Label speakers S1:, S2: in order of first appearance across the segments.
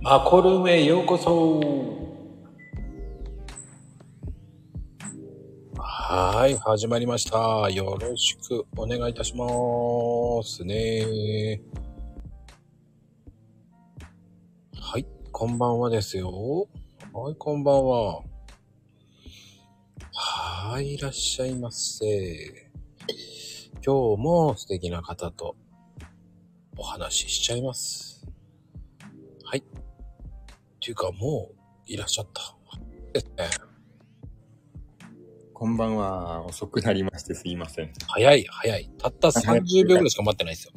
S1: マコルームへようこそはい、始まりました。よろしくお願いいたしますね。はい、こんばんはですよ。はい、こんばんは。はい、いらっしゃいませ。今日も素敵な方とお話ししちゃいます。はい。っていうか、もういらっしゃった。ですね。
S2: こんばんは。遅くなりましてすいません。
S1: 早い、早い。たった30秒ぐらいしか待ってないですよ。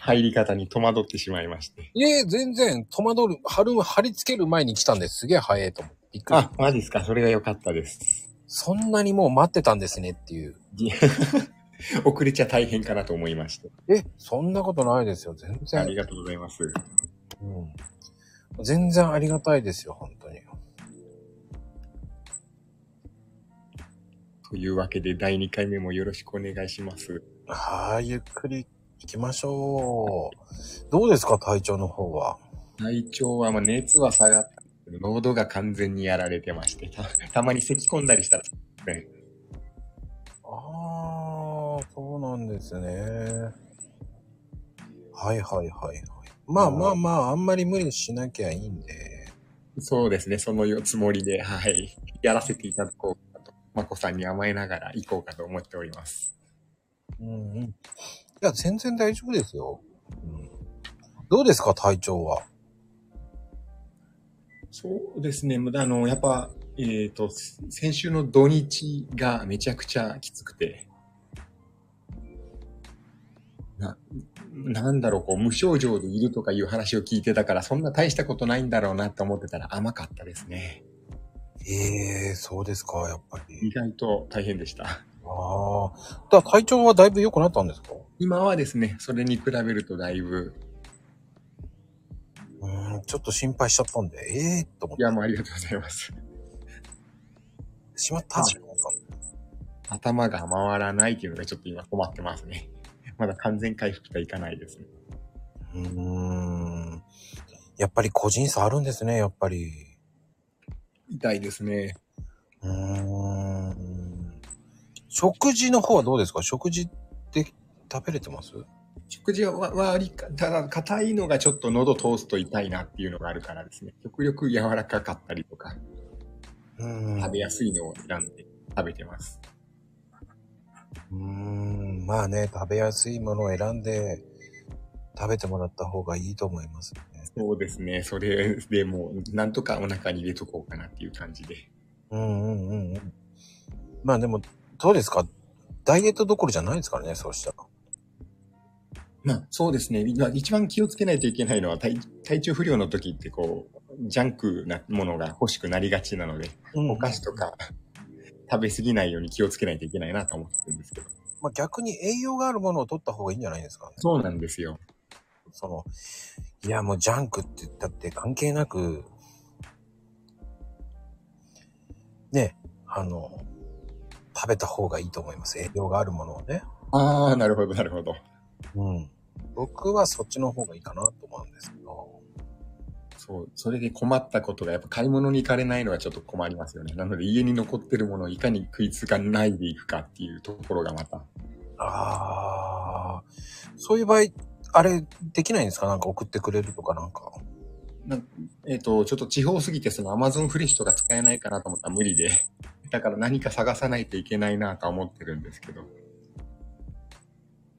S2: 入り方に戸惑ってしまいまして。
S1: いえ、全然、戸惑る、貼る、貼り付ける前に来たんです。すげえ早いと思う。びっくり。
S2: あ、マジですか。それが良かったです。
S1: そんなにもう待ってたんですねっていう。
S2: 遅れちゃ大変かなと思いまして。
S1: え、そんなことないですよ。全
S2: あ
S1: 然
S2: り。がとうございます。
S1: うん。全然ありがたいですよ、本当に。
S2: というわけで、第2回目もよろしくお願いします。
S1: はい、ゆっくり行きましょう。どうですか、体調の方は。
S2: 体調は、まあ、熱は下がったんですけど、喉が完全にやられてまして、たたまに咳込んだりしたら、
S1: ああ、そうなんですね。はいはいはいはい。まあまあまあ、あんまり無理しなきゃいいんで。
S2: そうですね。そのよつもりで、はい。やらせていただこうかと、まこさんに甘えながら行こうかと思っております。
S1: うんうん。いや、全然大丈夫ですよ。うん、どうですか、体調は。
S2: そうですね。まだあの、やっぱ、えっ、と、す先週の土日がめちゃくちゃきつくて、な、なんだろう、こう、無症状でいるとかいう話を聞いてたから、そんな大したことないんだろうなって思ってたら甘かったですね。
S1: ええそうですか、やっぱ
S2: 意
S1: り。
S2: 外と大変でした。
S1: ああ。だから体調はだいぶ良くなったんですか
S2: 今はですね、それに比べるとだいぶ、
S1: うん、ちょっと心配しちゃったんで、ええと思っ
S2: いや、もうありがとうございます。
S1: てしまった。
S2: 確頭が回らないっていうのがちょっと今困ってますね。まだ完全回復とはいかないですね。
S1: うーん。やっぱり個人差あるんですね、やっぱり。
S2: 痛いですね。
S1: うーん食事の方はどうですか食事って食べれてます
S2: 食事はわ割りか、ただ硬いのがちょっと喉通すと痛いなっていうのがあるからですね。極力柔らかかったりとか、
S1: うん
S2: 食べやすいのを選んで食べてます。
S1: うーん。まあね、食べやすいものを選んで食べてもらった方がいいと思いますね。
S2: そうですね。それでもう、なんとかお腹に入れとこうかなっていう感じで。
S1: うんうんうんうん。まあでも、どうですかダイエットどころじゃないですからね、そうしたら。
S2: まあ、そうですね。今一番気をつけないといけないのは体、体調不良の時ってこう、ジャンクなものが欲しくなりがちなので、お菓子とか、食べ過ぎないように気をつけないといけないなと思ってるんですけど。
S1: まあ逆に栄養があるものを取った方がいいんじゃないですかね。
S2: そうなんですよ。
S1: その、いやもうジャンクって言ったって関係なく、ね、あの、食べた方がいいと思います。栄養があるものをね。
S2: ああ、なるほど、なるほど。
S1: うん。僕はそっちの方がいいかなと思うんですけど。
S2: そう、それで困ったことが、やっぱ買い物に行かれないのがちょっと困りますよね。なので家に残ってるものをいかに食いつかないでいくかっていうところがまた。
S1: ああ、そういう場合、あれ、できないんですかなんか送ってくれるとかなんか。
S2: なんえっ、と、ちょっと地方すぎてその Amazon フレッシュとか使えないかなと思ったら無理で。 だから何か探さないといけないなとは思ってるんですけど。そ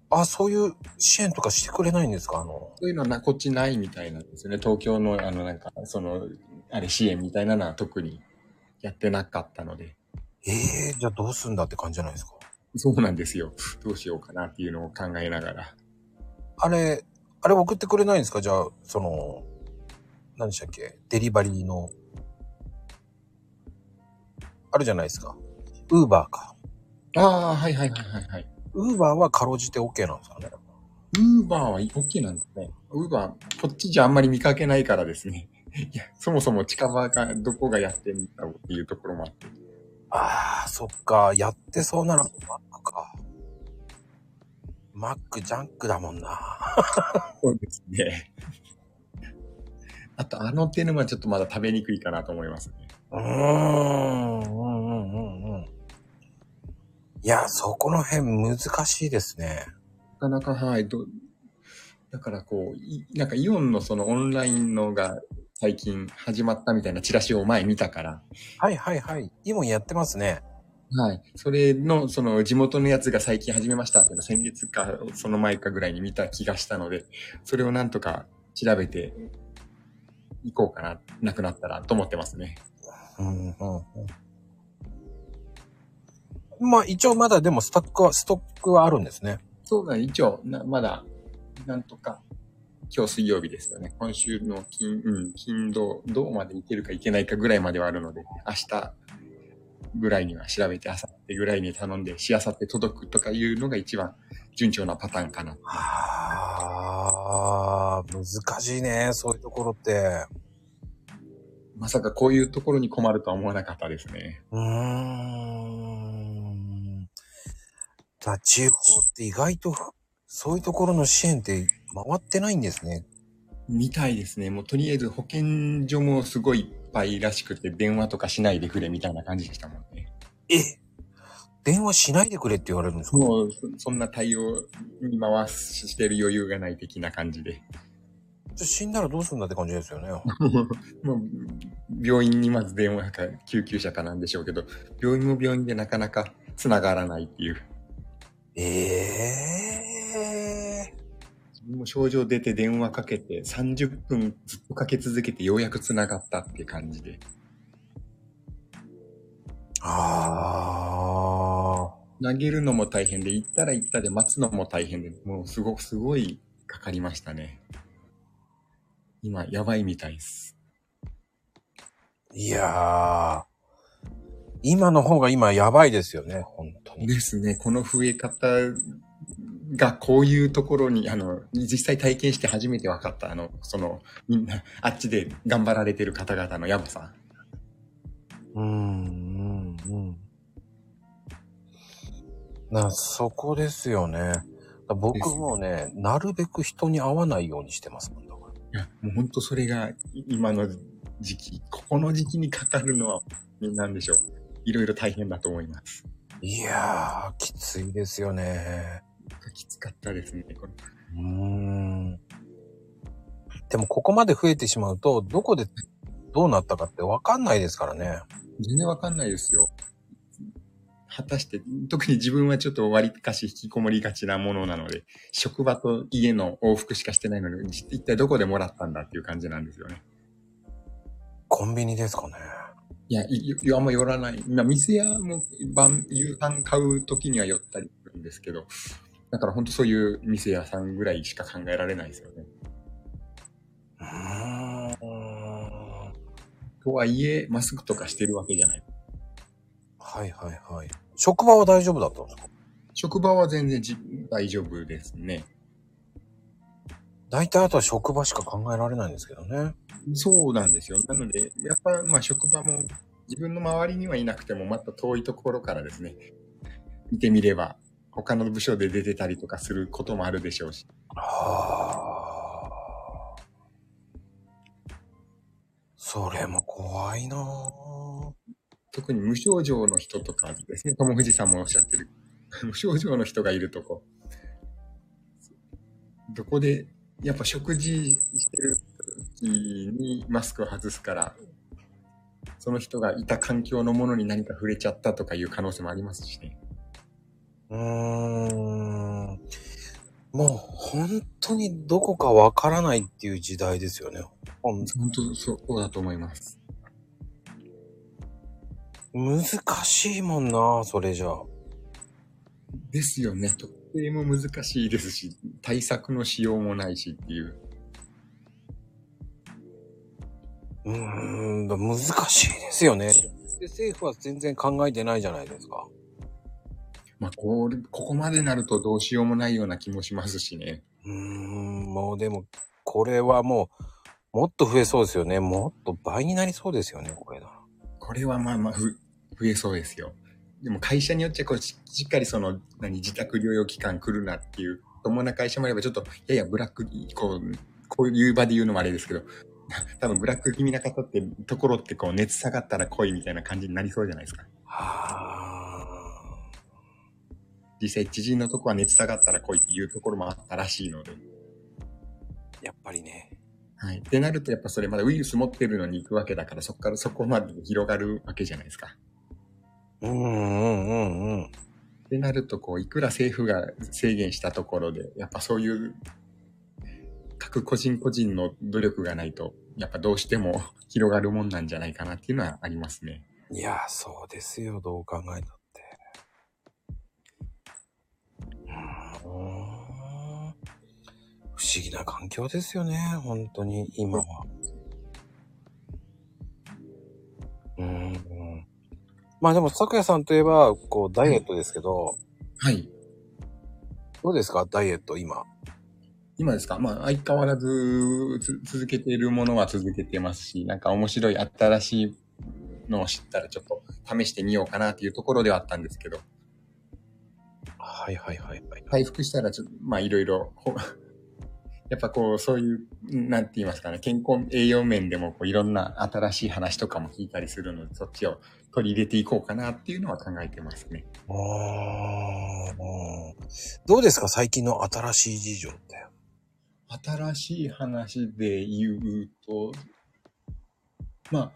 S1: あそういう支援とかしてくれないんですかあの、
S2: ういうのはな、こっちないみたいなんですよね。東京のあのなんか、その、あれ支援みたいなのは特にやってなかったので。
S1: ええじゃあどうすんだって感じじゃないですか
S2: そうなんですよ。どうしようかなっていうのを考えながら。
S1: あれ、あれ送ってくれないんですかじゃあ、その、何でしたっけデリバリーの。あるじゃないですか。ウーバーか。
S2: ああ、はいはいはいはいはい。
S1: ウーバーはかろうじて OK なんですかね。
S2: ウーバーは OK なんですね。ウーバー、こっちじゃあんまり見かけないからですね。 いや、そもそも近場が、どこがやってんだろうっていうところもあって。
S1: ああ、そっか。やってそうならマックか。マックジャンクだもんな。
S2: そうですね。あと、あの手沼ちょっとまだ食べにくいかなと思いますね。
S1: うーん、うん、うん、うん、うん。いや、そこの辺難しいですね。
S2: なかなか、はい、ど、だからこう、いなんかイオンのそのオンラインのが最近始まったみたいなチラシを前見たから、
S1: はいはいはい。今やってますね。
S2: はい。それの、その地元のやつが最近始めましたっていうの先月か、その前かぐらいに見た気がしたので、それをなんとか調べていこうかな、なくなったらと思ってますね。
S1: うん、うん、うん。まあ一応まだでもストックは、ストックはあるんですね。
S2: そうだ、一応、な、まだ、なんとか、今日水曜日ですよね。今週の金、うん、金土、どうまでいけるかいけないかぐらいまではあるので、明日ぐらいには調べて、明後日ぐらいに頼んで、しあさって届くとかいうのが一番順調なパターンかな。
S1: ああ、難しいね。そういうところって。
S2: まさかこういうところに困るとは思わなかったですね。
S1: うーん。だから地方って意外と、そういうところの支援って回ってないんですね。
S2: みたいですね。もうとりあえず保健所もすごいいっぱいらしくて、電話とかしないでくれみたいな感じでしたもんね。
S1: え電話しないでくれって言われるんですか
S2: もう、そそんな対応に回してる余裕がない的な感じで。
S1: じゃあ死んだらどうするんだって感じですよね。
S2: もう、病院にまず電話か、救急車かなんでしょうけど、病院も病院でなかなか繋がらないっていう。
S1: ええ
S2: もう症状出て電話かけて、30分ずっとかけ続けてようやく繋がったっていう感じで。
S1: ああ。
S2: 投げるのも大変で、行ったら行ったで待つのも大変で、もうすごくすごいかかりましたね。今、やばいみたいです。
S1: いやー。今の方が今やばいですよね、本当に。
S2: ですね。この増え方がこういうところに、あの、実際体験して初めて分かった、あの、その、みんな、あっちで頑張られてる方々のヤマさん。
S1: うん、うん、うん。な、そこですよね。僕もね、なるべく人に会わないようにしてますもんだから。
S2: いや、もう本当それがい今の時期、ここの時期にかかるのは、なんでしょう。いろいろ大変だと思います。
S1: いやー、きついですよね。
S2: きつかったですね、これ。
S1: うーん。でもここまで増えてしまうと、どこでどうなったかってわかんないですからね。
S2: 全然わかんないですよ。果たして、特に自分はちょっと割かし引きこもりがちなものなので、職場と家の往復しかしてないのに、じ一体どこでもらったんだっていう感じなんですよね。
S1: コンビニですかね。
S2: いや、いいあんま寄らない。まあ、店屋も晩、夕飯買う時には寄ったりするんですけど、だから本当そういう店屋さんぐらいしか考えられないですよね。
S1: うーん。
S2: とはいえ、マスクとかしてるわけじゃない。
S1: はいはいはい。職場は大丈夫だったんですか
S2: 職場は全然じ大丈夫ですね。
S1: 大体あとは職場しか考えられないんですけどね。
S2: そうなんですよ。なので、やっぱ、まあ、職場も自分の周りにはいなくても、また遠いところからですね、見てみれば、他の部署で出てたりとかすることもあるでしょうし、
S1: はあ。それも怖いなぁ。
S2: 特に無症状の人とかですね、友藤さんもおっしゃってる。 無症状の人がいるとこう、どこで、やっぱ食事してる時にマスクを外すから、その人がいた環境のものに何か触れちゃったとかいう可能性もありますしね。
S1: うーん。もう本当にどこかわからないっていう時代ですよね。ほん
S2: 本当そうだと思います。
S1: 難しいもんなぁ、それじゃあ。
S2: ですよね。特定も難しいですし、対策のしようもないしっていう。
S1: うーん、難しいですよね。で、政府は全然考えてないじゃないですか。
S2: まあ、これ、ここまでなるとどうしようもないような気もしますしね。
S1: うーん、もうでも、これはもう、もっと増えそうですよね。もっと倍になりそうですよね、これなら。
S2: これはまあまあ、ふ増えそうですよ。でも会社によっちゃこうししっかりその、何、自宅療養期間来るなっていう友な会社もあれば、ちょっと、ややブラック、こう、こういう場で言うのもあれですけど、 多分ブラック気味な方って、ところってこう、熱下がったら恋みたいな感じになりそうじゃないですか。
S1: はあ。
S2: 実際、知人のとこは熱下がったら恋っていうところもあったらしいので。
S1: やっぱりね。
S2: はい。ってなると、やっぱそれまだウイルス持ってるのに行くわけだから、そこからそこまで広がるわけじゃないですか。
S1: うんうんうんうん。
S2: ってなると、こう、いくら政府が制限したところで、やっぱそういう、各個人個人の努力がないと、やっぱどうしても 広がるもんなんじゃないかなっていうのはありますね。
S1: いや、そうですよ、どう考えたって。うーん不思議な環境ですよね、本当に、今は。うーん。まあでも、咲夜さんといえば、こう、ダイエットですけど、
S2: はい。
S1: どうですか、ダイエット、今。
S2: 今ですかまあ、相変わらずつ続けているものは続けてますし、なんか面白い新しいのを知ったらちょっと試してみようかなっていうところではあったんですけど、
S1: はいはいはいはい。
S2: 回復したらちょっと、まあいろいろ、こう やっぱこう、そういう、なんて言いますかね、健康、栄養面でもこういろんな新しい話とかも聞いたりするので、そっちを取り入れていこうかなっていうのは考えてますね。
S1: あーどうですか、最近の新しい事情って。
S2: 新しい話で言うと、まあ、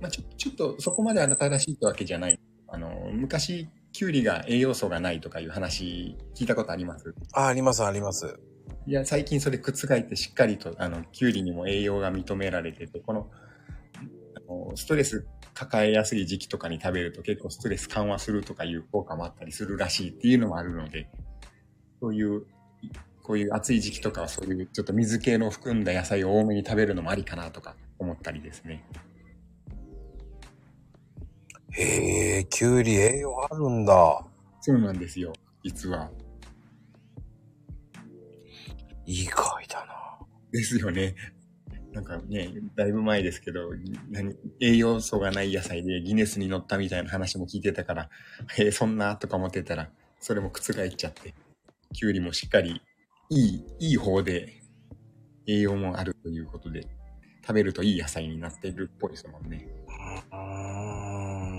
S2: まあ、ちょちょっとそこまで新しいってわけじゃない。あの、昔、キュウリが栄養素がないとかいう話聞いたことあります
S1: あ、ありますあります。
S2: いや、最近それ覆ってしっかりと、あの、キュウリにも栄養が認められてて、この、あのストレス抱えやすい時期とかに食べると結構ストレス緩和するとかいう効果もあったりするらしいっていうのもあるので、そういう、こういう暑い時期とかはそういうちょっと水系の含んだ野菜を多めに食べるのもありかなとか思ったりですね。
S1: へえ、キュウリ栄養あるんだ。
S2: そうなんですよ、実は。
S1: 意外だな。
S2: ですよね。なんかね、だいぶ前ですけど、何、栄養素がない野菜でギネスに載ったみたいな話も聞いてたから、えーそんなとか思ってたら、それも覆っちゃって、キュウリもしっかり、いい、いい方で、栄養もあるということで、食べるといい野菜になってるっぽいですもんね。
S1: うーん。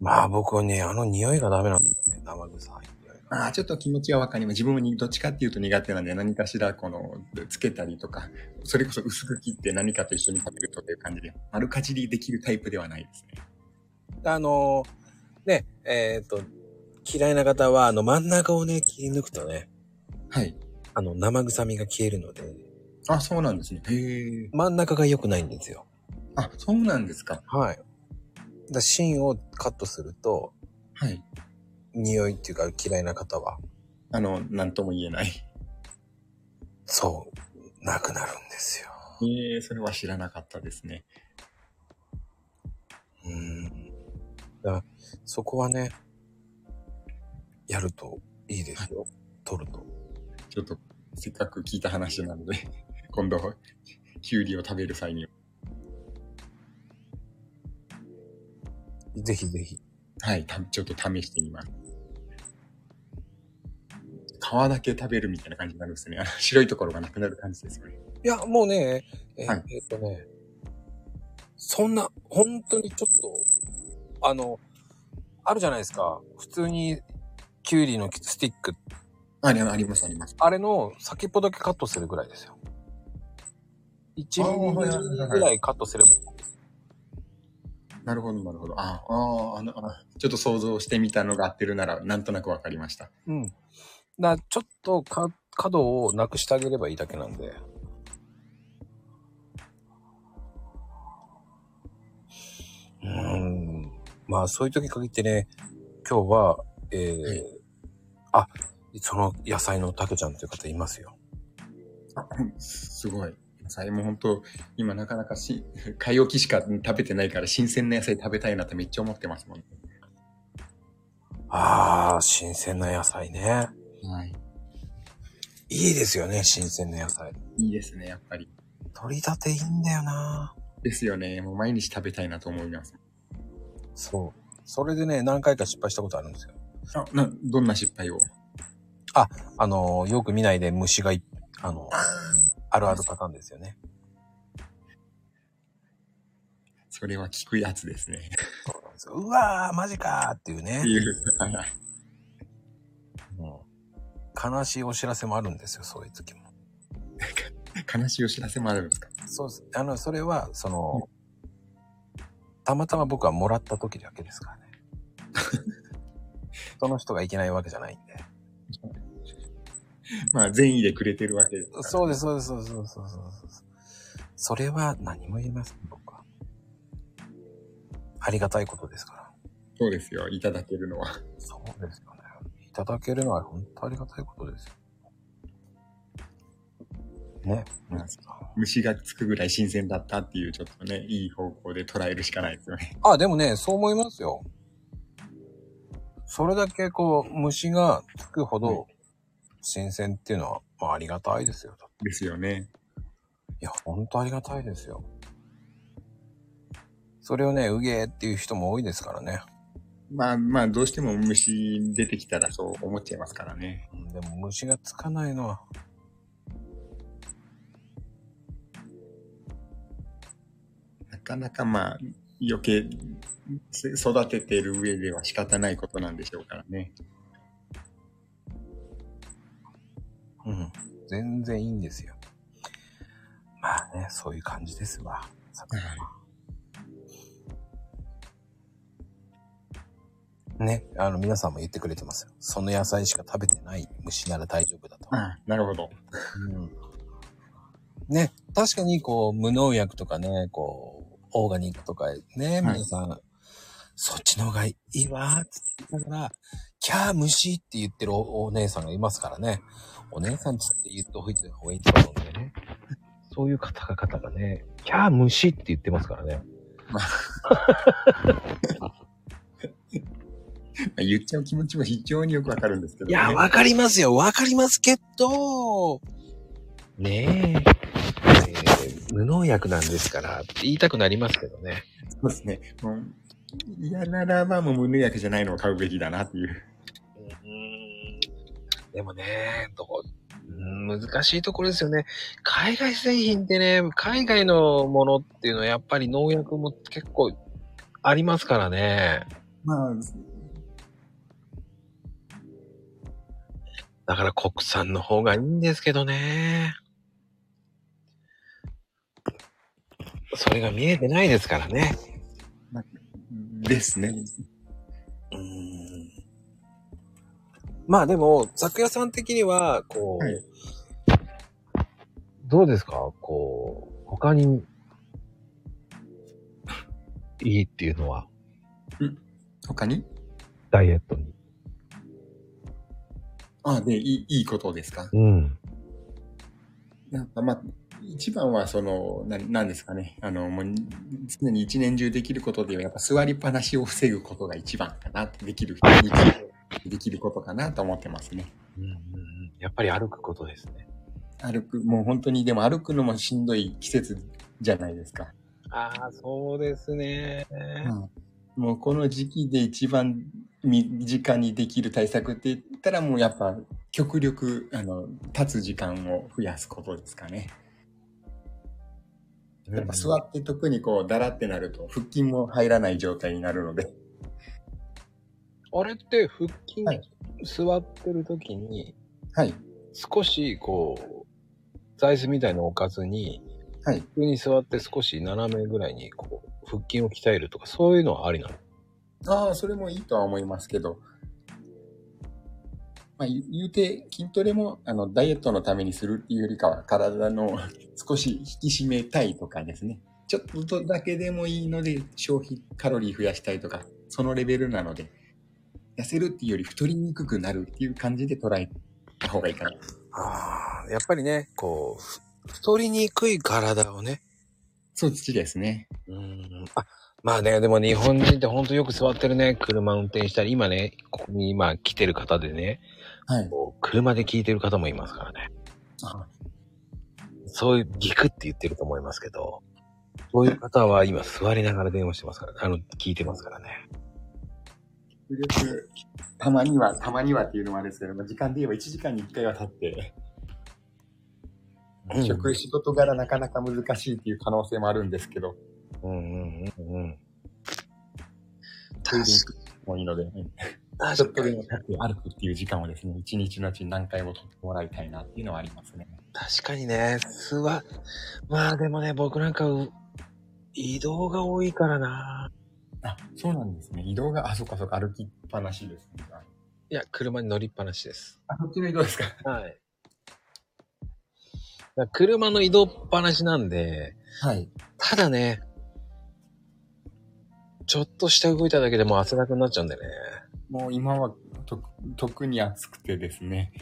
S1: まあ僕はね、あの匂いがダメなんだよね。生臭い匂いが。
S2: ああ、ちょっと気持ちはわかります。自分にどっちかっていうと苦手なんで、何かしらこの、つけたりとか、それこそ薄く切って何かと一緒に食べるという感じで、丸かじりできるタイプではないですね。
S1: あのーね、えっ、と、嫌いな方は、あの真ん中をね、切り抜くとね、
S2: はい。
S1: あの生臭みが消えるので、
S2: あ、そうなんですね。へえ。
S1: 真ん中が良くないんですよ。
S2: あ、そうなんですか。
S1: はい。だ芯をカットすると、
S2: はい。
S1: 匂いっていうか嫌いな方は、
S2: あの、なんとも言えない。へ
S1: そう、なくなるんですよ。
S2: え、それは知らなかったですね。
S1: うん。だからそこはね、やるといいですよ。取ると。
S2: ちょっと、せっかく聞いた話なので、 今度、キュウリを食べる際に。
S1: ぜひぜひ。
S2: はい、たちょっと試してみます。皮だけ食べるみたいな感じになるんですね。あの白いところがなくなる感じですよね。
S1: いや、もうね、えー
S2: はい
S1: えーっとね、そんな、本当にちょっと、あの、あるじゃないですか。普通に、キュウリのスティック。
S2: あ、ありあります、あります。
S1: あれの先っぽだけカットするぐらいですよ。1
S2: あー
S1: ミ
S2: はいはいはい
S1: リ
S2: はい
S1: ぐらいカットすればいい。
S2: なるほど、なるほど。ああー、あの、あちょっと想像してみたのが合ってるなら、なんとなくわかりました。
S1: うん。だからちょっとか角をなくしてあげればいいだけなんで。うん。まあそういう時限ってね、今日は、えー
S2: はい
S1: あ、その野菜のたけちゃんという方いますよ。
S2: あうんすごい。野菜も本当、今なかなかし、 買い置きしか食べてないから、新鮮な野菜食べたいなってめっちゃ思ってますもん、ね。
S1: ああ、新鮮な野菜ね。
S2: はい。
S1: いいですよね、新鮮な野菜。
S2: いいですね、やっぱり。
S1: 取り立ていいんだよな。
S2: ですよね。もう毎日食べたいなと思います。
S1: そう。それでね、何回か失敗したことあるんですよ。
S2: あ、な、どんな失敗を
S1: あの、よく見ないで虫がい、あの、あるあるパターンですよね。
S2: それは効くやつですね。
S1: うわー、マジかーっていう
S2: っ
S1: ね
S2: て、いう。 はいはい
S1: うん悲しいお知らせもあるんですよ、そういう時も。
S2: 悲しいお知らせもあるんですか
S1: そうです。あの、それは、その、たまたま僕はもらった時だけですからね。 その人がいけないわけじゃないんで。
S2: まあ、善意でくれてるわけですから。
S1: そうです、そうです、そうです、そうですそうです。それは何も言えません、僕は。ありがたいことですから。
S2: そうですよ。いただけるのは。
S1: そうですよね。いただけるのは本当ありがたいことですよ。ね。
S2: うん虫がつくぐらい新鮮だったっていう、ちょっとね、いい方向で捉えるしかないですよね。
S1: あ、でもね、そう思いますよ。それだけこう、虫がつくほど、新鮮っていうのは、まあ、ありがたいですよ。
S2: ですよね。
S1: いや、ほんとありがたいですよ。それをね、うげーっていう人も多いですからね。
S2: まあまあ、どうしても虫出てきたらそう思っちゃいますからね。
S1: うんでも虫がつかないのは。
S2: なかなかまあ、余計、せ育ててる上では仕方ないことなんでしょうからね。
S1: うん。全然いいんですよ。まあね、そういう感じですわ。ね、あの、皆さんも言ってくれてますよ。その野菜しか食べてない虫なら大丈夫だと。
S2: ああ、なるほど。
S1: うんね、確かにこう、無農薬とかね、こう、オーガニックとかね、皆さん、そっちの方がいいわ、って言ったから、キャー虫って言ってるおお姉さんがいますからね、お姉さんつって言っておいた方がいいと思うんでね。そういう方々がね、キャー虫って言ってますからね。
S2: まあ言っちゃう気持ちも非常によくわかるんですけど、
S1: い
S2: ね。
S1: や、わかりますよ。わかりますけど、ねえ、えー無農薬なんですからって言いたくなりますけどね。
S2: そうですね。もう嫌ならばもう無農薬じゃないのを買うべきだなっていう。
S1: うーんでもね、どこ、うーん難しいところですよね。海外製品ってね、海外のものっていうのはやっぱり農薬も結構ありますからね。
S2: まあ、
S1: だから国産の方がいいんですけどね。それが見えてないですからね。
S2: ですね。
S1: うーんまあでも、ザクヤさん的には、こう、
S2: はい
S1: どうですかこう、他に、いいっていうのは、
S2: 他に
S1: ダイエットに。
S2: ああ、で、いい、いいことですか
S1: うん。
S2: なんかまあ、一番はその、ななんですかね。あの、もう、常に一年中できることでは、やっぱ座りっぱなしを防ぐことが一番かなって、できる、 できることかなと思ってますね。
S1: うんうんうん、やっぱり歩くことですね。
S2: 歩く、もう本当に、でも歩くのもしんどい季節じゃないですか。
S1: ああ、そうですね。
S2: うんもうこの時期で一番身近にできる対策って言ったら、もうやっぱ、極力、あの、立つ時間を増やすことですかね。やっぱ座って特にこう、だらってなると、腹筋も入らない状態になるので。
S1: あれって腹筋、
S2: はい
S1: 座ってる時に、
S2: はい。
S1: 少しこう、座椅子みたいの置かずに、
S2: はい。
S1: 普通に座って少し斜めぐらいにこう腹筋を鍛えるとかそういうのはありなの
S2: ああ、それもいいとは思いますけど。まあ、言言うて、筋トレも、あの、ダイエットのためにするっていうよりかは、体の少し引き締めたいとかですね。ちょっとだけでもいいので、消費カロリー増やしたいとか、そのレベルなので、痩せるっていうより太りにくくなるっていう感じで捉えた方がいいかな。
S1: ああやっぱりねこう太りにくい体をね
S2: そう、土ですね。
S1: うんあまあねでも日本人ってほんとよく座ってるね車運転したり今ねここに今来てる方でね
S2: はい。
S1: こう車で聞いてる方もいますからね
S2: あ
S1: そういうギクって言ってると思いますけどそういう方は今座りながら電話してますからあの聞いてますからね
S2: 極力、たまには、たまにはっていうのもあれですけど、まあ時間で言えば1時間に1回は経って、
S1: うん
S2: 職、仕事柄なかなか難しいっていう可能性もあるんですけど、
S1: うんうんうんうん。
S2: トイレに行くもいいので、うんちょっ
S1: 確
S2: と
S1: か
S2: で
S1: に
S2: も。歩くっていう時間をですね、1日のうちに何回も取ってもらいたいなっていうのはありますね。
S1: 確かにね、すわ、まあでもね、僕なんかう、移動が多いからな。
S2: あ、そうなんですね。移動が、あ、そっかそっか、歩きっぱなしですね。
S1: いや、車に乗りっぱなしです。
S2: あ、そっちの移動ですか。
S1: はい。だから車の移動っぱなしなんで、
S2: はい。
S1: ただね、ちょっと下動いただけでもう汗だくになっちゃうんでね。
S2: もう今はと特に暑くてですね、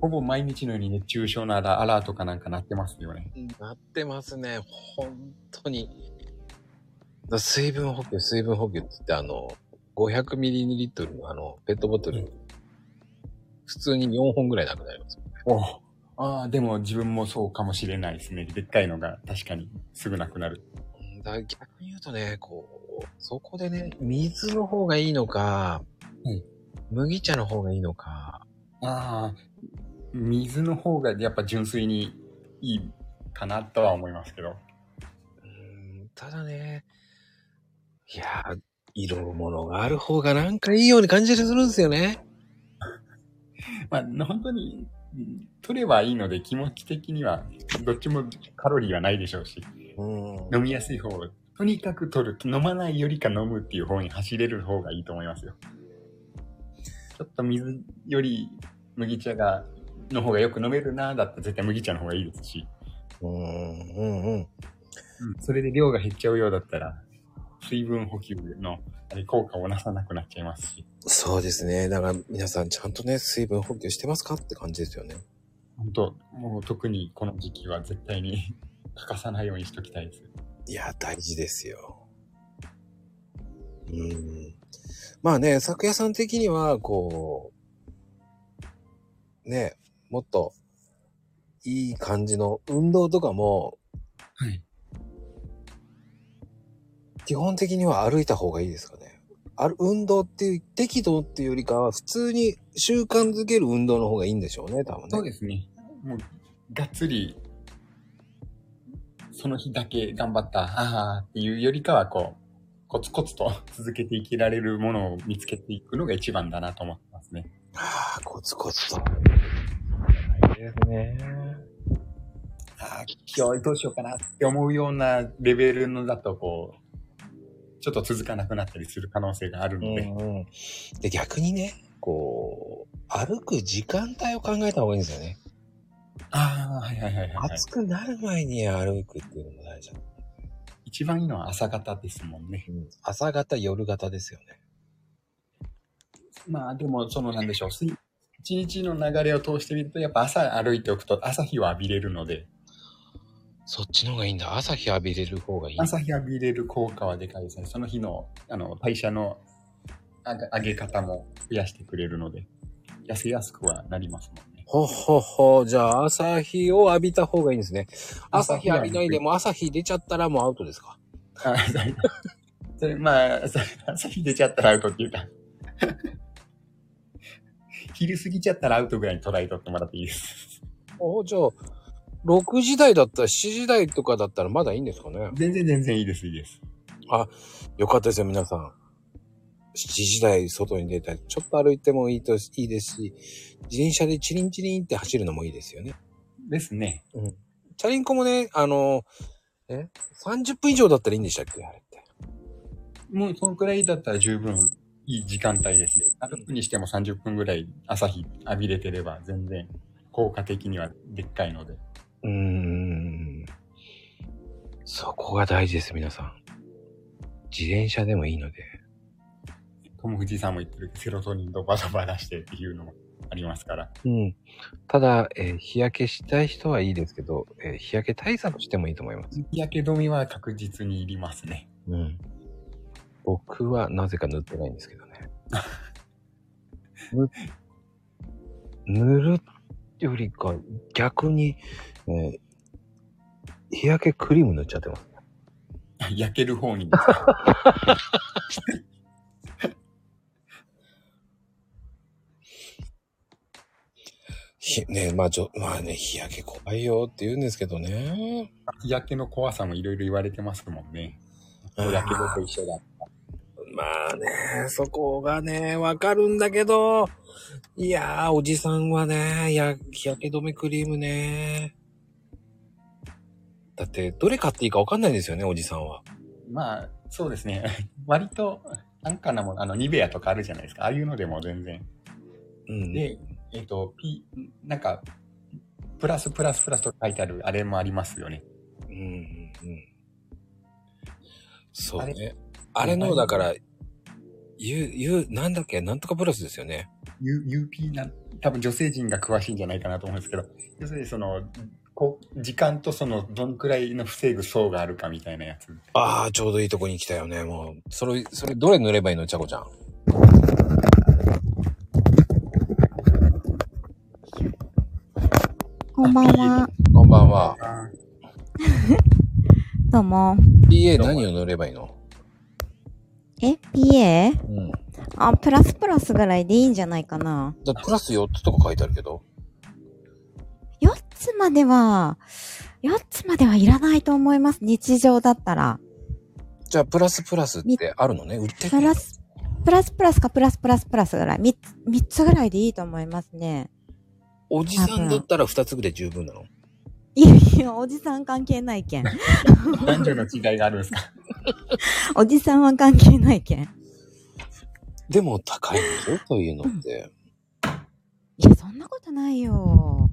S2: ほぼ毎日のように熱中症のアラアラートかなんか鳴ってますよね。
S1: なってますね、本当に。だ水分補給、水分補給って言って、あの、500ミリリットルのあの、ペットボトル、
S2: うん
S1: 普通に4本ぐらいなくなります。
S2: おああ、でも自分もそうかもしれないですね。でっかいのが確かにすぐなくなる。
S1: うんだ逆に言うとね、こう、そこでね、水の方がいいのか、
S2: うん
S1: 麦茶の方がいいのか、
S2: ああ、水の方がやっぱ純粋にいいかなとは思いますけど。
S1: うんただね、いやー、色物がある方がなんかいいように感じるするんですよね。
S2: まあ、本当に、うん取ればいいので気持ち的にはどっちもカロリーはないでしょうし、
S1: うん。
S2: 飲みやすい方をとにかく取る。飲まないよりか飲むっていう方に走れる方がいいと思いますよ。ちょっと水より麦茶が、の方がよく飲めるなぁだったら絶対麦茶の方がいいですし、
S1: うん、うん、うん。
S2: それで量が減っちゃうようだったら、水分補給のあれ効果をなさなくなっちゃいますし、
S1: そうですね。だから皆さんちゃんとね、水分補給してますかって感じですよね。
S2: 本当もう特にこの時期は絶対に 欠かさないようにしときたいです。
S1: いや、大事ですよ。うん。まあね、昨夜さん的には、こう、ね、もっと、いい感じの運動とかも、
S2: はい。
S1: 基本的には歩いた方がいいですかね。ある運動っていう、適度っていうよりかは、普通に習慣づける運動の方がいいんでしょうね、多分ね。
S2: そうですね。もう、がっつり、その日だけ頑張った、ああっていうよりかは、こう、コツコツと続けていけられるものを見つけていくのが一番だなと思ってますね。
S1: ああ、コツコツと。
S2: ねああ、今日どうしようかなって思うようなレベルのだと、こう、ちょっと続かなくなったりする可能性があるので、
S1: うんうん、で逆にね、こう、歩く時間帯を考えた方がいいんですよね。
S2: ああ、はいはいはいはい、はい。
S1: 暑くなる前に歩くっていうのも大事だ、
S2: 一番いいのは朝方ですもんね。
S1: 朝方、夜型ですよね。
S2: まあでも、そのなんでしょう。すい一日の流れを通してみると、やっぱ朝歩いておくと朝日を浴びれるので、
S1: そっちの方がいいんだ。朝日浴びれる方がいい。
S2: 朝日浴びれる効果はでかいですね。その日の、あの、代謝の上げ上げ方も増やしてくれるので、痩せやすくはなりますもんね。
S1: ほっほっほ。じゃあ、朝日を浴びた方がいいんですね。朝日浴びないでも朝日出ちゃったらもうアウトですか。
S2: あそれそれ、まあ、それ朝日出ちゃったらアウトっていうか、 昼過ぎちゃったらアウトぐらいに捉えとってもらっていいです。
S1: おじゃあ、6時台だったら7時台とかだったらまだいいんですかね。
S2: 全然全然いいです、いいです。
S1: よかったですよ、皆さん。7時台外に出たり、ちょっと歩いてもいいと、いいですし、自転車でチリンチリンって走るのもいいですよね。
S2: ですね。
S1: うん。チャリンコもね、あの、え ?30 分以上だったらいいんでしたっけあれって。
S2: もうそのくらいだったら十分いい時間帯ですね。歩くにしても30分ぐらい朝日浴びれてれば全然効果的にはでっかいので。
S1: うーん。そこが大事です、皆さん。自転車でもいいので。
S2: トム・フジさんも言ってるセロトニンドバタバタしてっていうのもありますから。
S1: うん。ただ、えー日焼けしたい人はいいですけど、えー日焼け対策してもいいと思います。
S2: 日焼け止めは確実にいりますね。
S1: うん。僕はなぜか塗ってないんです けどね。ぬ塗るよりか逆に、えー日焼けクリーム塗っちゃってます。
S2: 焼ける方に。
S1: ひねまあじょ、まあね、日焼け怖いよって言うんですけどね。
S2: 日焼けの怖さもいろいろ言われてますもんね。日焼けぼと一緒だ。
S1: まあね、そこがね、わかるんだけど、いやー、おじさんはね、いや、日焼け止めクリームね。だって、どれ買っていいかわかんないんですよね、おじさんは。
S2: まあ、そうですね。 割と、安価なもの、あの、ニベアとかあるじゃないですか。ああいうのでも全然。
S1: うん。
S2: で、えっ、と、P、なんか、プラスプラスプラスと書いてある、あれもありますよね。
S1: うんうんうん。そう
S2: あ
S1: ね。あれの、だから、ゆ、ゆ、なんだっけ、なんとかプラスですよね。
S2: U、UP な、多分女性陣が詳しいんじゃないかなと思うんですけど、要するにその、こう、時間とその、どんくらいの防ぐ層があるかみたいなやつ。
S1: ああ、ちょうどいいとこに来たよね、もう。それ、それ、どれ塗ればいいの、ちゃこちゃん。
S3: こんばんは。
S1: こんばんは。
S3: どうも。
S1: PA 何を塗ればいいの
S3: え ?PA?
S1: うん。
S3: あ、プラスプラスぐらいでいいんじゃないかな。
S1: だプラス4つとか書いてあるけど。
S3: 4つまでは、4つまではいらないと思います。日常だったら。
S1: じゃあ、プラスプラスってあるのね売ってる
S3: プラス、プラスプラスかプラスプラスプラスぐらい。3つ、三つぐらいでいいと思いますね。
S1: おじさんだったら2つぐらい十分なの
S3: いやいや、おじさん関係ないけん。
S2: 男女の違いがあるんですか
S3: おじさんは関係ないけん。
S1: でも、高いんですよ、というのって。
S3: いや、そんなことないよ。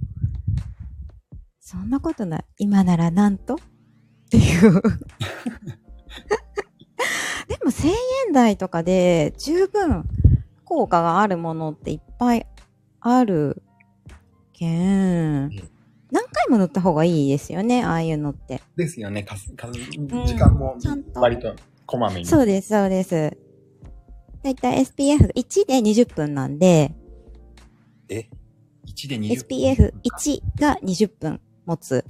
S3: そんなことない。今ならなんとって いう。でも1000円台とかで十分効果があるものっていっぱいあるけん。何回も塗った方がいいですよね、ああいうのって。
S2: ですよね。かすかす時間も
S3: ちゃんと
S2: 割とこまめに。
S3: そうです、そうです。だいたい SPF1 で20分なんで、
S1: え
S2: 1で20
S3: SPF1 が20分持つ。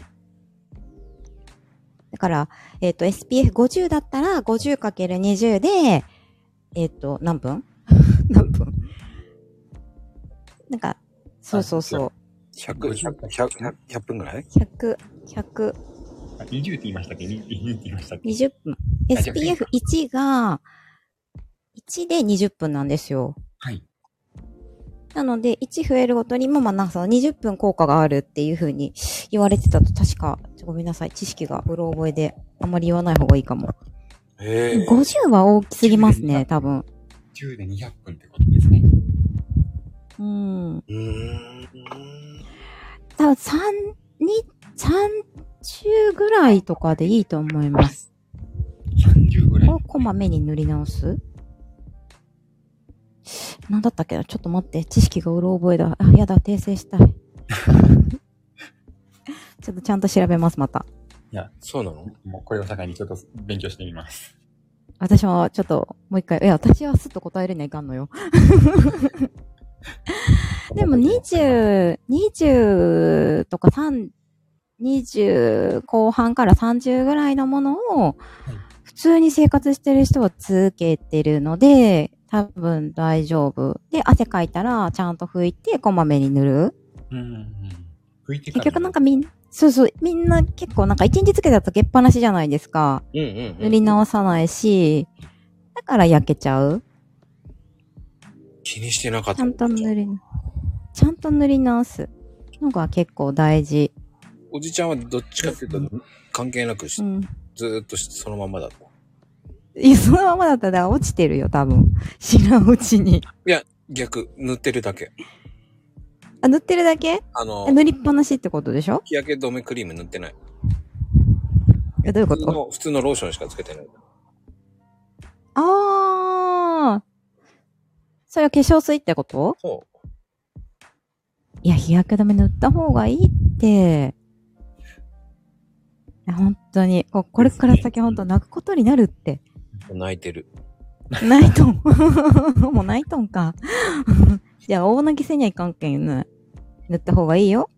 S3: だから、えっ、と、SPF50 だったら 50×20 で、えっ、と、何分何分なんか、そうそうそう。
S1: 100、100、100、100分ぐらい
S3: 100、100、
S2: あ20って言いましたっけ ?20 って言いましたっけ
S3: 20分。
S2: あじゃあ
S3: SPF1 が、1で20分なんですよ。
S2: はい。
S3: なので、1増えるごとにも、まあ、なんかその20分効果があるっていうふうに言われてたと、確か、ちょごめんなさい、知識がうろ覚えで、あんまり言わない方がいいかも。
S1: へえ。
S3: 50は大きすぎますね、多分。
S2: 10で200分ってことですね。
S3: うん。
S1: うーん。
S3: 多分3、2、30ぐらいとかでいいと思います。
S2: 30ぐらい。
S3: をこまめに塗り直すなんだったっけなちょっと待って、知識がうろ覚えだ。あ、やだ、訂正したい。 ちょっとちゃんと調べます、また。
S1: そうなの
S2: もうこれを境にちょっと勉強してみます。
S3: 私もちょっともう一回、いや、私はすっと答えれないかんのよ。でも20、20とか3、20後半から30ぐらいのものを
S2: い、
S3: 普通に生活してる人は続けてるので、多分大丈夫。で、汗かいたらちゃんと拭いて、こまめに塗る。
S2: うんうんうん。拭いて
S3: 結局なんかみん、そうそう、みんな結構なんか一日つけたとつけっぱなしじゃないですか。
S1: うんうん、う
S3: 塗
S1: ん。
S3: り直さないし、だから焼けちゃう。
S1: 気にしてなかっ
S3: ち
S1: た
S3: ゃんと塗り、ちゃんと塗り直すのが結構大事。
S1: おじちゃんはどっちかっていうと関係なくし、
S3: うん。
S1: ずーっとしそのままだった
S3: いや、そのままだったら落ちてるよ、多分。知らんうちに。
S1: 逆塗ってるだけ
S3: あ、塗ってるだけ
S1: あの
S3: 塗りっぱなしってことでしょ
S1: 日焼け止めクリーム塗ってない
S3: えどういうこ
S1: 普通
S3: と
S1: の普通のローションしかつけてない
S3: あー。それは化粧水ってこと
S1: そ
S3: いや、日焼け止め塗った方がいいって。いや本当に。ここれから先本当泣くことになるって。
S1: う泣いてる
S3: ないとん。もう ないとんか。じゃあ、大泣きせにはいかんけんね。塗った方がいいよ。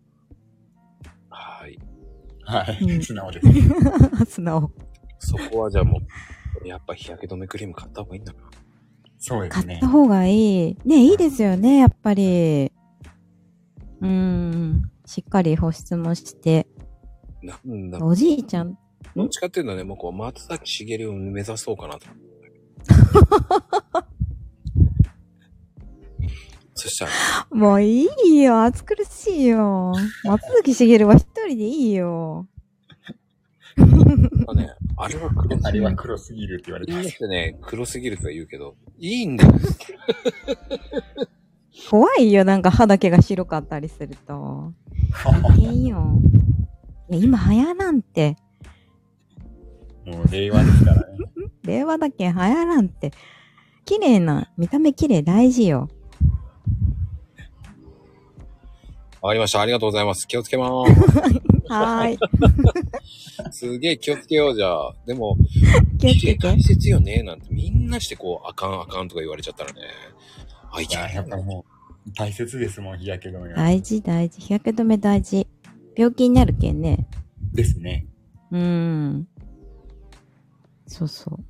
S1: はい
S2: はい。
S3: う ん
S2: 素直ですね。
S3: 素直。
S1: そこはじゃあもうやっぱ日焼け止めクリーム買った方がいいんだな
S2: そうで
S3: 買
S2: す
S3: っ
S2: ね
S3: た。方がいい。ねいいですよね、やっぱり。うん。しっかり保湿もして、
S1: なんだろ
S3: おじいちゃん、
S1: う。どっちかっていうとね、もうこう、松崎しげるを目指そうかなと。そしたら、
S3: もういいよ。暑苦しいよ。松崎しげるは一人でいいよ。
S1: まあね、あれは黒
S2: あれは黒すぎるって言われて
S1: みん
S2: ま
S1: なっ
S2: す。
S1: てね、黒すぎるとは言うけど、いいんだよ。
S3: 怖いよ。なんか歯だけが白かったりすると。いけんよ。いや、今、流行らんって。
S2: もう令和ですから ね。
S3: 令和だけん流行らんって。綺麗な、見た目綺麗大事よ。
S1: わかりました。ありがとうございます。気をつけま
S3: はーい。
S1: ーす。すげえ気をつけようじゃあ。でも、
S3: 気をつけて。
S1: 大切よね。なんてみんなしてこう、あかんあかんとか言われちゃったらね。あ、い
S2: い
S1: けな
S2: や、
S1: い。
S2: やっぱもう、大切ですもん、日焼け止めは。
S3: 大事大事。日焼け止め大事。病気になるけんね。
S2: ですね。
S3: うーん。そうそう。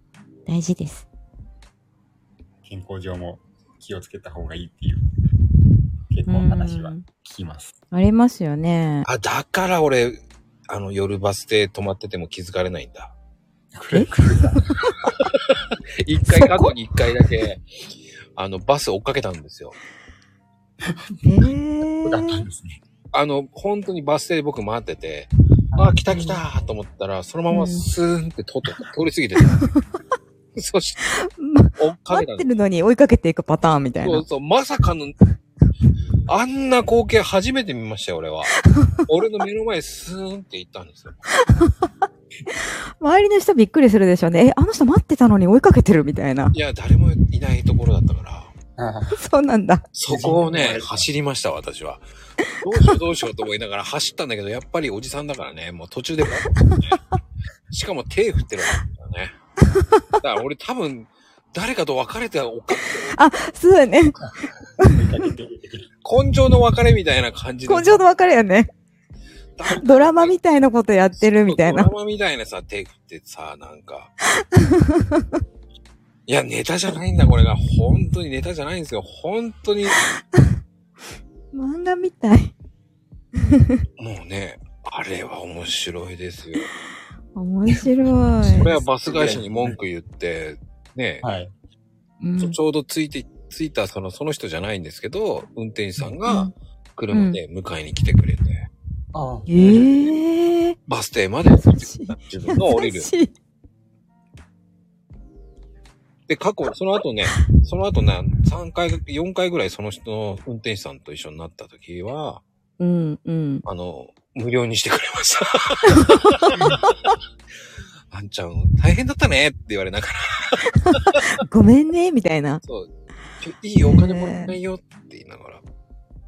S3: 大事です。
S2: 健康上も気をつけた方がいいっていう、結構話は
S3: う
S2: 聞
S3: ん
S2: きます。
S3: ありますよね。
S1: あ、だから俺、あの、夜バス停止まってても気づかれないんだ。
S2: これ、こ れ
S1: 一回、過去に一回だけ、あの、バス追っかけたんですよ。
S2: だ
S3: え
S2: ったん
S3: ー、
S2: です ね。
S1: あの、本当にバス停で僕待ってて、あ、来た来たーと思ったら、そのままスーンって通って、通り過ぎてた。 そして、
S3: ま
S1: 追っかけ
S3: 待
S1: たんで
S3: って
S1: す
S3: るのに追いかけていくパターンみたい
S1: そ
S3: な
S1: う。そう、まさかの、あんな光景初めて見ましたよ、俺は。俺の目の前スーンって行ったんですよ。
S3: 周りの人びっくりするでしょうね。え、あの人待ってたのに追いかけてるみたいな。
S1: いや、誰もいないところだったから、
S2: ああ
S3: そうなんだ。
S1: そこをね、走りました、私は。どうしようどうしようと思いながら 走ったんだけど、やっぱりおじさんだからね、もう途中で、ね、 しかも手振ってるわけだからね。だから俺多分、誰かと別れて追っかけ
S3: そうだよね。
S2: 追いかけて
S1: 根性の別れみたいな感じで。
S3: 根性の別れよね。ドラマみたいなことやってるみたいな
S1: ド。ラマみたいなさ、テイクってさ、なんか。 いや、ネタじゃないんだ、これが。本当にネタじゃないんですよ。本当に、
S3: 漫画みたい。
S1: もうね、あれは面白いですよ。
S3: 面白い。
S1: これはバス会社に文句言って、ね、
S2: はい。
S3: うん
S1: ちょちょうどついて、ついたその、その人じゃないんですけど、運転手さんが車で迎えに来てくれて、
S2: ああ。
S3: ええー。
S1: バス停まで
S3: 優しい。
S1: 自分の降り
S3: 優
S1: る。
S3: しい。
S1: で、過去、その後ね、その後ね、3回、4回ぐらいその人の運転手さんと一緒になった時は、
S3: うんうん。
S1: あの、無料にしてくれました。 あんちゃん、大変だったねって言われながら、
S3: ごめんね、みたいな。
S1: そう、ちょいいお金もらえないよって言いながら。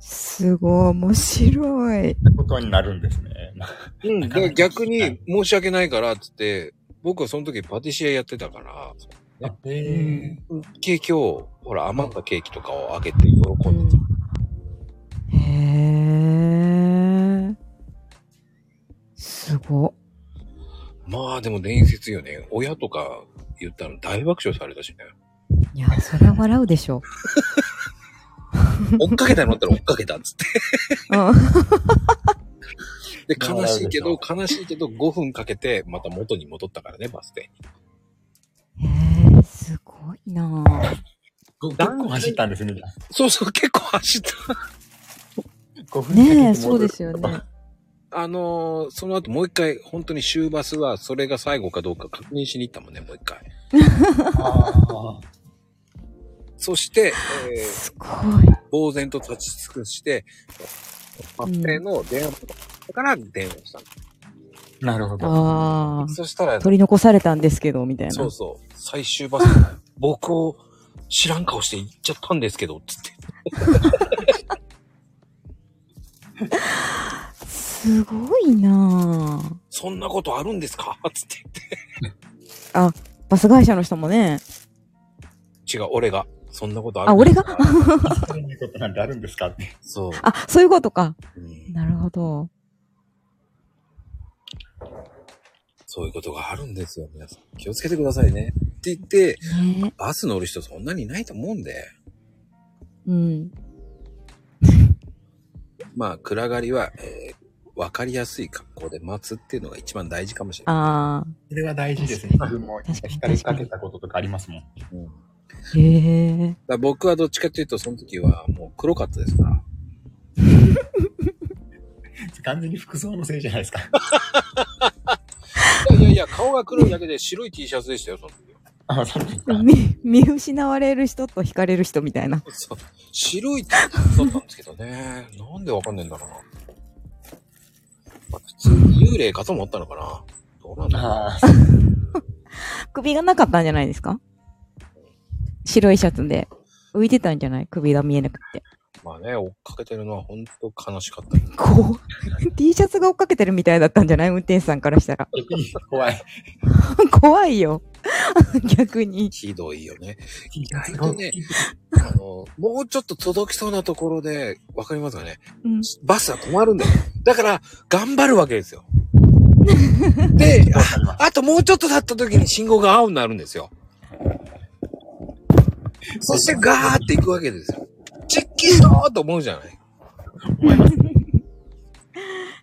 S3: すごい、面白い。
S2: ことになるんですね。
S1: うん、で逆に申し訳ないからってって、僕はその時パティシエやってたから、
S2: あ
S3: え
S1: ケーキを、ほら、余ったケーキとかをあげて喜んでた。
S3: うんへえ。すご。
S1: まあでも伝説よね。親とか言ったら大爆笑されたしね。
S3: いや、それは笑うでしょ。
S1: 追っかけたのあったら追っかけたっつって。
S3: うん。
S1: で、悲しいけど、悲しいけど、5分かけて、また元に戻ったからね、バス停
S3: へえ、すごいなぁ。
S2: ご結構走ったんですね。
S1: そうそう、結構走った。
S2: 5 分
S3: ねえ、そうですよね。
S1: あのーその後もう一回、本当に終バスは、それが最後かどうか確認しに行ったもんね、もう一回。
S2: あ
S1: そして、えー
S3: すごい。
S1: 呆然と立ち尽くして、バス停の電話だから電話したの、
S2: あ。なるほど。
S3: ああ。
S1: そしたら、
S3: 取り残されたんですけど、みたいな。
S1: そうそう。最終バス、僕を知らん顔して行っちゃったんですけど、つって。
S3: すごいなぁ。
S1: そんなことあるんですかつって
S3: バス会社の人もね。
S1: 言って。違う、俺が。そんなことある
S3: あ、俺が
S2: そういうことなんてあるんですかって。
S1: そう。
S3: あ、そういうことか。
S1: うん
S3: なるほど。
S1: そういうことがあるんですよ、皆さん。気をつけてくださいね。って言って、
S3: ね
S1: バス乗る人そんなにいないと思うんで。
S3: うん。
S1: まあ、暗がりは、えー、わかりやすい格好で待つっていうのが一番大事かもしれない。
S3: あ
S2: それは大事ですね。自分も
S3: 確かに
S2: 光かけたこととかありますもん。
S1: うんだか
S3: あ。へえ。
S1: ら僕はどっちかというと、その時はもう黒かったですから。
S2: 完全に服装のせいじゃないですか。
S1: いやいやいや、顔が黒いだけで白い T シャツでしたよ、その時は。
S2: あ、そうですか。
S3: 見、見失われる人と惹かれる人みたいな。
S1: そう白い T シャツだったんですけどね。なんでわかんねえんだろうな。まあ、普通に幽霊かと思ったのかな。どうなんだろう。
S2: あ
S3: 首がなかったんじゃないですか白いシャツで。浮いてたんじゃない首が見えなくて。
S1: まあね、追っかけてるのは本当悲しかったけど。
S3: こう、T シャツが追っかけてるみたいだったんじゃない運転手さんからしたら。
S2: あ、逆に怖い。
S3: 怖いよ。 逆に。
S1: ひどいよね。
S2: 意
S1: 外とねあの、もうちょっと届きそうなところで、わかりますかね。
S3: うん。
S1: バスは止まるんだよ。だから、頑張るわけですよ。で、ああともうちょっと経った時に信号が青になるんですよ。そしてガーって行くわけですよ。チッキーだーと思うじゃない。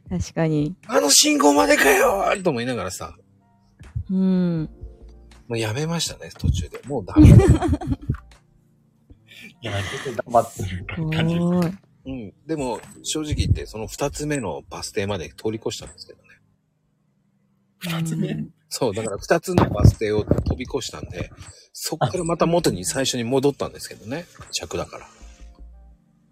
S3: 確かに。
S1: あの信号までかよーと思いながらさ、
S3: うん。
S1: もうやめましたね、途中で。もうダメだ。
S2: いや、ちょっと黙ってる
S3: すご
S2: 感じ。
S3: い。
S1: うん。でも、正直言って、その二つ目のバス停まで通り越したんですけどね。
S2: 二つ目。
S1: そう、だから二つのバス停を飛び越したんで、そっからまた元に最初に戻ったんですけどね。着だから。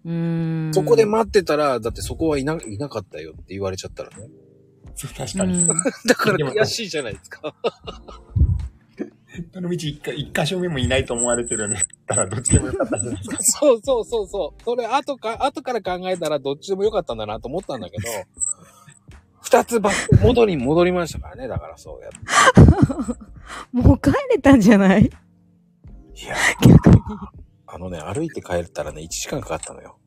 S3: うん。
S1: そこで待ってたら、だってそこはいな、いなかったよって言われちゃったらね。
S2: そう、確
S3: う
S2: か に。
S3: ん。
S1: だから悔しいじゃないですか。
S2: どの道一か一箇所目もいないと思われてるんだったら、どっちでもよかったじゃないですか。
S1: そうそうそうそう。それ後か、後から考えたらどっちでもよかったんだなと思ったんだけど、二つバス、元に戻りましたからね。だからそうやって。
S3: もう帰れたんじゃな
S1: い
S3: い
S1: や、
S3: 逆に。
S1: あのね、歩いて帰ったらね、1時間かかったのよ。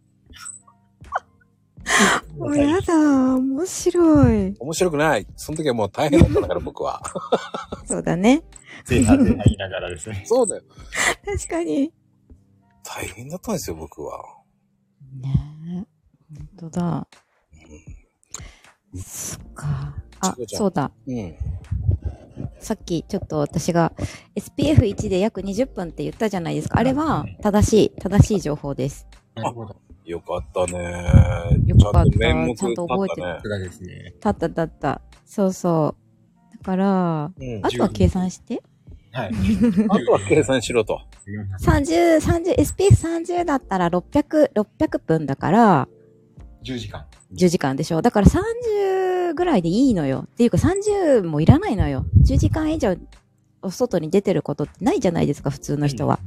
S3: も うやだー。面白い。
S1: 面白くない。その時はもう大変だったんだ から僕は。
S3: そうだね。
S2: 前半で言いながらですね。
S1: そうだよ。
S3: 確かに。
S1: 大変だったんですよ、僕は。
S3: ねえ。本当だ。そっか。あ
S1: ちこ、ちゃん
S3: そうだ。
S1: うん。
S3: さっきちょっと私が SPF1 で約20分って言ったじゃないですか。あれは正しい、正しい情報です。
S2: なるほど。
S1: よかったね。
S3: よか
S1: ちゃ
S3: った
S1: んと面目
S3: ちゃんと覚えてる
S1: 立
S2: がですね。
S3: たったたった。そうそう。だから、
S1: たね。
S3: あとは計算して。
S2: はい。
S1: うん。 あとは計算しろと。
S3: 30、30、SPF30 だったら600、600分だから、
S2: 10時間。
S3: 10時間でしょ。だから30ぐらいでいいのよ。っていうか30もいらないのよ。10時間以上お外に出てることってないじゃないですか、普通の人は。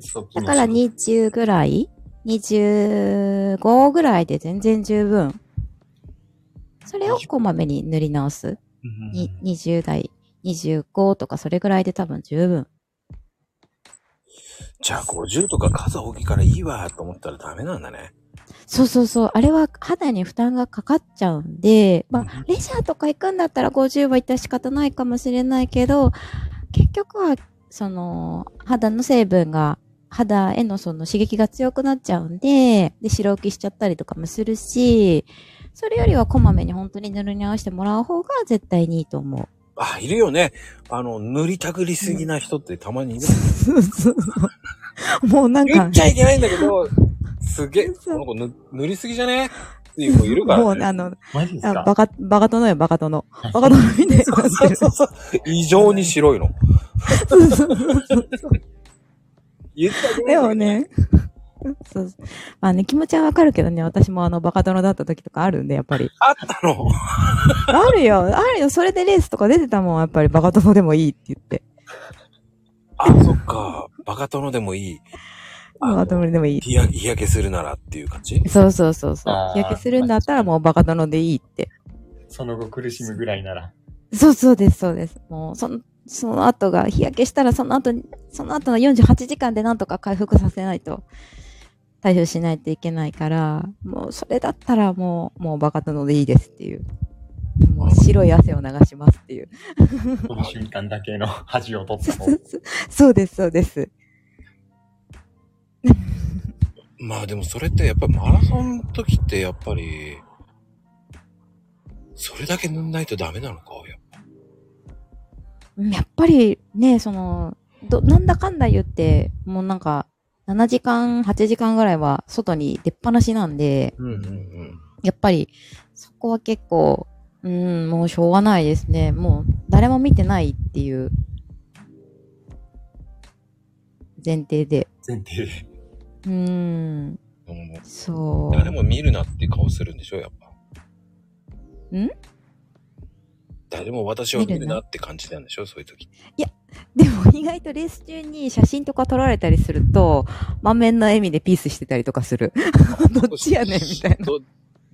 S2: そう
S3: だから。20ぐらい ?25 ぐらいで全然十分。それをこまめに塗り直す。に20代、25とかそれぐらいで多分十分。
S1: じゃあ50とか数大きいからいいわと思ったらダメなんだね。
S3: そうそうそう。あれは肌に負担がかかっちゃうんで、まあ、レジャーとか行くんだったら50は行ったら仕方ないかもしれないけど、結局は、その、肌の成分が、肌へのその刺激が強くなっちゃうんで、で、白浮きしちゃったりとかもするし、それよりはこまめに本当に塗り直してもらう方が絶対にいいと思う。
S1: あ、いるよね。あの、塗りたくりすぎな人ってたまにいる。
S3: もうなん
S1: 言
S3: か
S1: っ、ちゃいけないんだけど、すげえ、
S3: そ
S1: こ
S3: う
S1: の子塗塗りすぎじゃねっていう子いるから、
S3: もう
S1: ね。
S3: あの、
S2: マジです
S3: あ
S2: か
S3: バカ、バカ殿よ、バカ殿。バカ殿みたいになってる。
S1: 異常に白い の。言っちゃいけないん
S3: で
S1: だけど
S3: も。ね。 そうそうまあね、気持ちはわかるけどね、私もあの、バカ殿だった時とかあるんで、やっぱり。
S1: あったの。
S3: あるよ、あるよ、それでレースとか出てたもん、やっぱりバカ殿でもいいって言って。
S1: あ、そっか。バカ殿でもいい。
S3: バカ
S1: あの
S3: 殿でもいい。
S1: 日焼け日焼けするならっていう感じ
S3: そうそうそうそ
S2: あー。
S3: う日焼けするんだったらもうバカ殿でいいって。
S2: その後苦しむぐらいなら。
S3: そうそうです、そうです。もう、その、その後が、日焼けしたらその後に、その後の48時間でなんとか回復させないと、対処しないといけないから、もう、それだったらもう、もうバカ殿でいいですっていう。もう、白い汗を流しますっていう。
S2: この瞬間だけ の恥を取った方
S3: そうです、そうです。
S1: まあでもそれってやっぱりマラソンの時ってやっぱり、それだけ塗んないとダメなのか、やっぱ。
S3: うんやっぱりね、その、ど、なんだかんだ言って、もうなんか、7時間、8時間ぐらいは外に出っ放しなんで、
S1: うんうんうん。
S3: やっぱり、そこは結構、うん、もうしょうがないですね。もう、誰も見てないっていう、前提で。
S2: 前提で。
S3: うーん、
S1: うん
S3: そう。
S1: 誰も見るなって顔するんでしょ、やっぱ。
S3: ん
S1: 誰も私を見るなって感じなんでしょ、そういう時。
S3: でも意外とレース中に写真とか撮られたりすると、満面の笑みでピースしてたりとかする。 どっちやねんみたいな。
S1: ど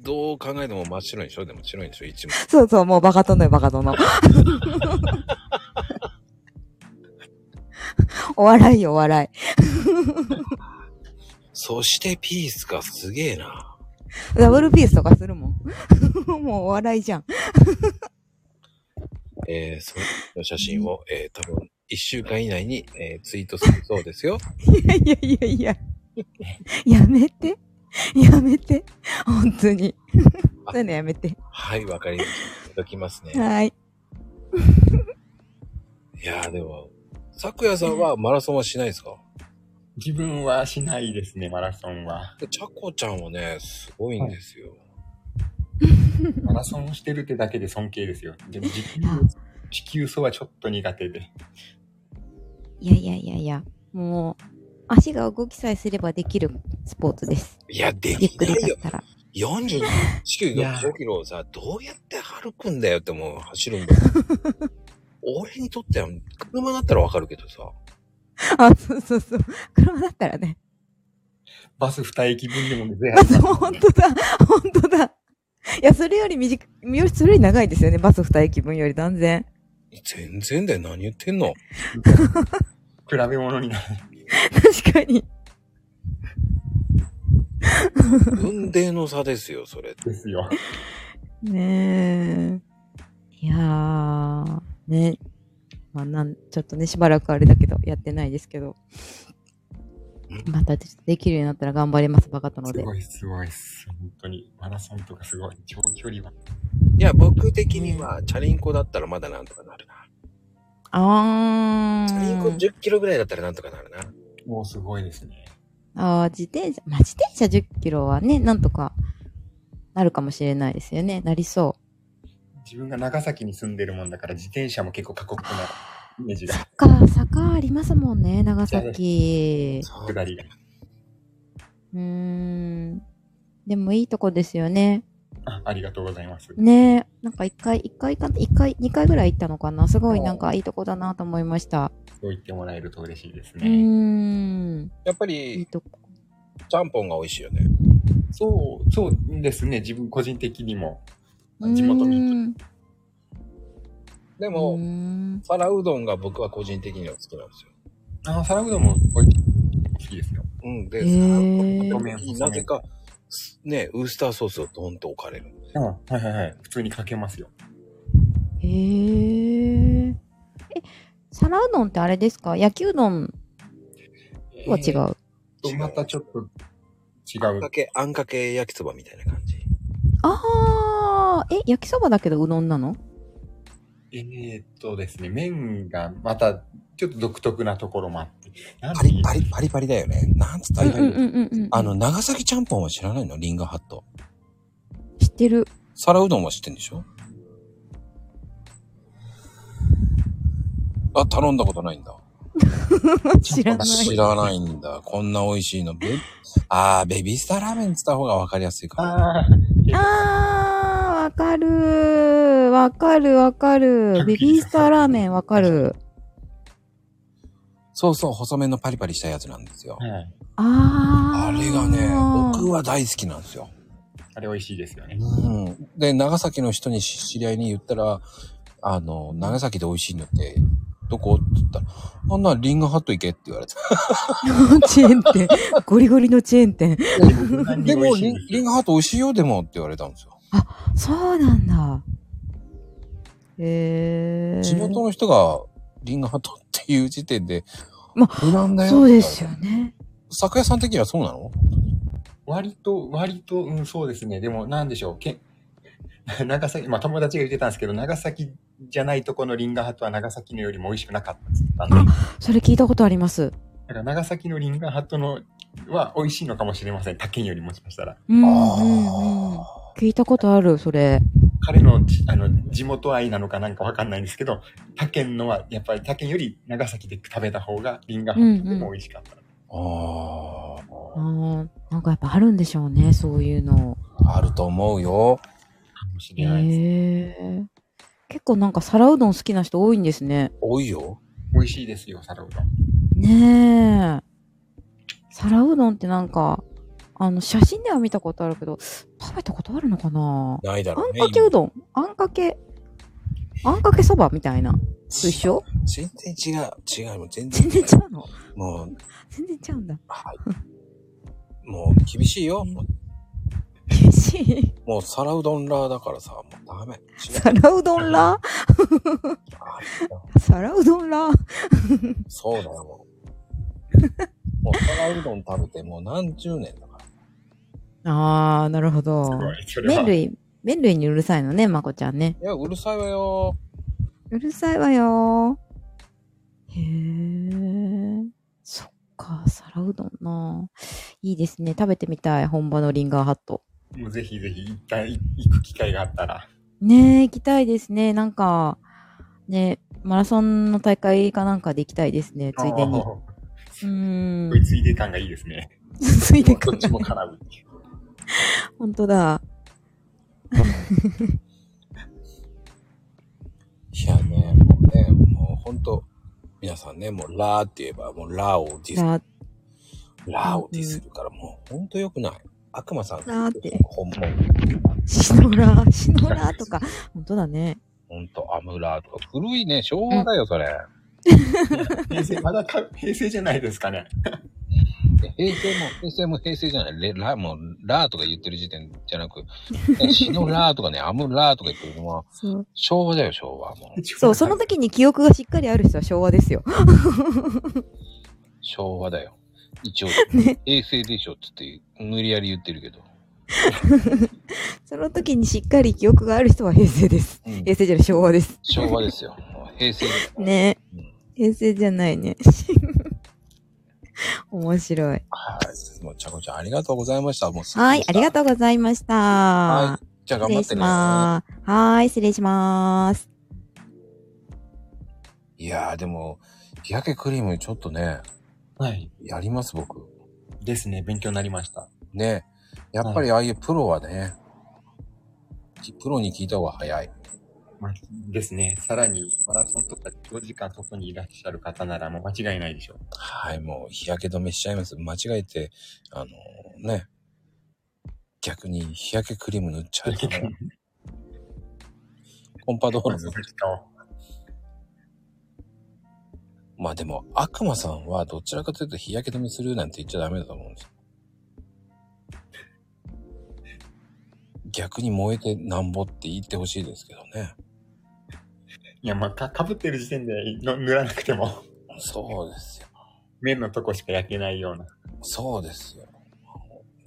S1: どう考えても真っ白いんでしょでも白いんでしょ一枚。
S3: そうそう、もうバカ殿 よ、バカ殿。お笑いよ、お笑
S1: そしてピースがすげえな。
S3: い。ダブルピースとかするもん。 もうお笑いじゃん。
S1: えー、その写真を、えー、多分1週間以内に、えーツイートするそうですよ。
S3: いやいやいやいや。やめて。やめて。本当に。そういうのやめて。
S1: はい、わかりました。いただきますね。
S3: はい。
S1: いやーでも、咲夜さんはマラソンはしないですか
S2: 自分はしないですね、マラソンは。
S1: でちゃこちゃんはね、すごいんですよ。
S2: マラソンをしてるってだけで尊敬ですよ。でも時給
S3: あ、
S2: 時給走はちょっと苦手で。
S3: いやいやいやいや。もう、足が動きさえすればできるスポーツです。
S1: い、や、で
S3: ゆっ
S1: き
S3: く
S1: な
S3: り
S1: い
S3: だ
S1: よ
S3: っ。たら。
S1: 42地球
S2: いや
S1: 5キロをさ、どうやって歩くんだよってもう走るんだよ。俺にとっては、車だったらわかるけどさ。
S3: あ、そうそうそう。車だったらね。
S2: バス二駅分でもね、全
S3: バス、本当だ。本当だ。いや、それより短い、より、それより長いですよね。バス二駅分より断然。
S1: 全然だよ、何言ってんの
S2: 比べ物になる。
S3: 確かに。
S1: 運転の差ですよ、それ。
S2: ですよ。
S3: ねえ。いやー、ね。まあ、なん、ちょっとね、しばらくあれだけど、やってないですけど。また、できるようになったら頑張ります、バカ殿
S2: す
S3: で。
S2: ごいすごいっす。本当に。マラソンとかすごい。長距離は。
S1: いや、僕的には、チャリンコだったらまだなんとかなるな。
S3: あ
S1: チャリンコ
S3: ー。
S1: 10キロぐらいだったらなんとかなるな。
S2: もうすごいですね。
S3: あー自転車、まあ、自転車10キロはね、なんとか、なるかもしれないですよね。なりそう。
S2: 自分が長崎に住んでるもんだから、自転車も結構過酷なイメージが。
S3: か、坂ありますもんね、長崎。
S1: そう
S2: 下りが。
S3: うーん。でもいいとこですよね。
S2: あありがとうございます。
S3: ねなんか一回、一回か、一回、二回ぐらい行ったのかな。すごい
S2: うん
S3: なんかいいとこだなと思いました。
S2: そう言ってもらえると嬉しいです
S3: うー
S2: ね。
S3: ん。
S1: やっぱ
S3: いい
S1: り、
S3: とこ。
S1: ちゃんぽんが美味しいよね。
S2: そう、そうですね。自分個人的にも。
S3: うーん
S2: 地元民。
S1: で
S3: う
S1: も、
S3: ーん。
S1: 皿うどんが僕は個人的には好きなんですよ。
S2: あの、サラブドも美味しい好きですよ。
S1: うん、で、
S3: へー
S1: 皿うどんの上になぜか、すね、ウースターソースをドンと置かれる。
S2: うん、はいはいはい。普通にかけますよ。
S3: へー。え、皿うどんってあれですか焼きうどんは違う。
S2: えーとまたちょっと違
S1: あん
S2: う
S1: か。け、あんかけ焼きそばみたいな感じ。
S3: あー。え、焼きそばだけどうどんなの
S2: えーっとですね、麺がまたちょっと独特なところもあって。なん
S1: パ
S2: て言
S1: リ
S2: う
S1: パリ、パリパリだよね。なんつった
S3: う
S1: らい
S3: ん
S1: い
S3: うん
S1: の、
S3: うんうんうん。
S1: あの、、長崎ちゃんぽんは知らないのリンガーハット。
S3: 知ってる。
S1: 皿うどんは知ってんでしょあ、頼んだことないんだ。
S3: 知らない。
S1: 知らないんだ。こんな美味しいの。べあー、ベビースターラーメンっつった方がわかりやすいかな。
S2: ああ、
S3: あー、わかるー。わかるわかる。ベビースターラーメンわかる。
S1: そうそう、細麺のパリパリしたやつなんですよ。
S2: はい。
S3: あ
S1: あ
S3: ー。
S1: れがね、僕は大好きなんですよ。
S2: あれ美味しいですよね。
S1: うん。で、長崎の人にし知り合いに言ったら、あの、長崎で美味しいのって、どこって言ったら、あんなリンガーハット行けって言われて。
S3: チェーン店。ゴリゴリのチェーン店。
S1: で
S2: で
S1: もリン、リンガーハット美味しいよ、でもって言われたんですよ。
S3: そうなんだ。へー。
S1: 地元の人がリンガーハットっていう時点で、
S3: ま
S1: 無難だよ。
S3: そうですよ。ね。
S1: 酒屋さん的にはそうなの
S2: 割と、割と、うん、そうですね。でも、なんでしょう。け 長崎、まあ友達が言ってたんですけど、長崎じゃないとこのリンガーハットは長崎のよりも美味しくなかったんですあの
S3: あそれ聞いたことあります。
S2: だから長崎のリンガーハットのは美味しいのかもしれません。他県よりもしかしたら。
S3: うんうんうん。
S1: あ
S3: 聞いたことある、それ。
S2: 彼のじあの地元愛なのかなんかわかんないんですけど、他県のは、やっぱり他県より長崎で食べた方がリンガーハットでも美味しかった。
S1: ーあ
S3: あーなんかやっぱあるんでしょうね、そういうの。
S1: ー、あると思うよ。
S2: かもし
S3: へ
S2: れないです。
S3: え。結構なんか皿うどん好きな人多いんですね。
S1: 多いよ。
S2: 美味しいですよ、サラうどん。
S3: ねえ。皿うどんってなんか、あの、写真では見たことあるけど、食べたことあるのかな
S1: ないだ
S3: あ
S1: ろうんね。
S3: かけうどんあんかけ、あんかけそばみたいな。と一緒
S1: 今全然違う。違う。もう全然
S3: 全然違うの
S1: もう、
S3: 全然違うんだ。
S1: はい。もう厳しいよ。もう
S3: 厳しい。
S1: もう皿うどんラーだからさ、もうダメ。違う。
S3: 皿うどんら
S1: あ
S3: 皿うどんら
S1: そうだよ、も う。もう皿うどん食べてもう何十年だから。
S3: あー、なるほど
S2: す。ごい。それは
S3: 麺。類、麺類にうるさいのね、まこちゃんね。
S1: いや、うるさいわよ。
S3: うるさいわよー。へえ。そっか、皿うどんな。いいですね。食べてみたい、本場のリンガーハット。
S2: もうぜひぜひ、一回行く機会があったら。
S3: ねえ、行きたいですね。なんか、ねマラソンの大会かなんかで行きたいですね、つい でに。
S2: あ
S3: う
S2: ー。これ
S3: ーん。
S2: ついで感がいいですね。
S3: ついでか
S2: どっちも絡む。
S3: ほんとだ。
S1: いやね、もうね、もうほんと、皆さんね、もうラーって言えば、もうラーをディス
S3: ラ
S1: ラーをディスるから、もうほんと良くない。悪魔さん、
S3: ラーって
S1: ほんもう
S3: シノラ、シノラとか。ほんとだね。
S1: ほんとアムラーとか、古いね、昭和だよ、それ。
S2: 平成、まだか平成じゃないですかね。
S1: で平成も、平成も平成じゃない。レラもう、ラーとか言ってる時点じゃな く、ね死のラーとかね、アムラーとか言ってるのは、
S3: そう。
S1: 昭和だよ、昭和。もう、
S3: そう、その時に記憶がしっかりある人は昭和ですよ。
S1: 昭和だよ。一応、
S3: ね
S1: 平成でしょっつって、無理やり言ってるけど。
S3: その時にしっかり記憶がある人は平成です。
S1: うん
S3: 平成じゃない、昭和です。
S1: 昭和ですよ。もう平成です。
S3: ね
S1: うん
S3: 平成じゃないね。面白い。
S1: はい。もう、ちゃこちゃん、ありがとうございました。もう、
S3: はい、ありが
S1: う。
S3: とうございました。
S1: はい。じゃあ、頑張っ
S3: 失礼
S1: て
S3: し
S1: ね。
S3: まーす。はーい、失礼しまーす。
S1: いやー、でも、日焼けクリーム、ちょっとね、
S2: はい。
S1: やります、僕。
S2: ですね。勉強になりました。
S1: ね。やっぱり、ああいうプロはね、プロに聞いた方が早い。
S2: まあ、ですね。さらに、マラソンとか長時間外にいらっしゃる方ならもう間違いないでしょう。
S1: はい、もう日焼け止めしちゃいます。間違えて、あのね、逆に日焼けクリーム塗っちゃうとね。コンパドー
S2: ま
S1: ル
S2: ず
S1: の。
S2: 先と
S1: まあでも、悪魔さんはどちらかというと日焼け止めするなんて言っちゃダメだと思うんですよ。逆に燃えてなんぼって言ってほしいですけどね。
S2: いや、まあ、か、かぶってる時点での塗らなくても、
S1: そうですよ。
S2: 面のとこしか焼けないような。
S1: そうですよ。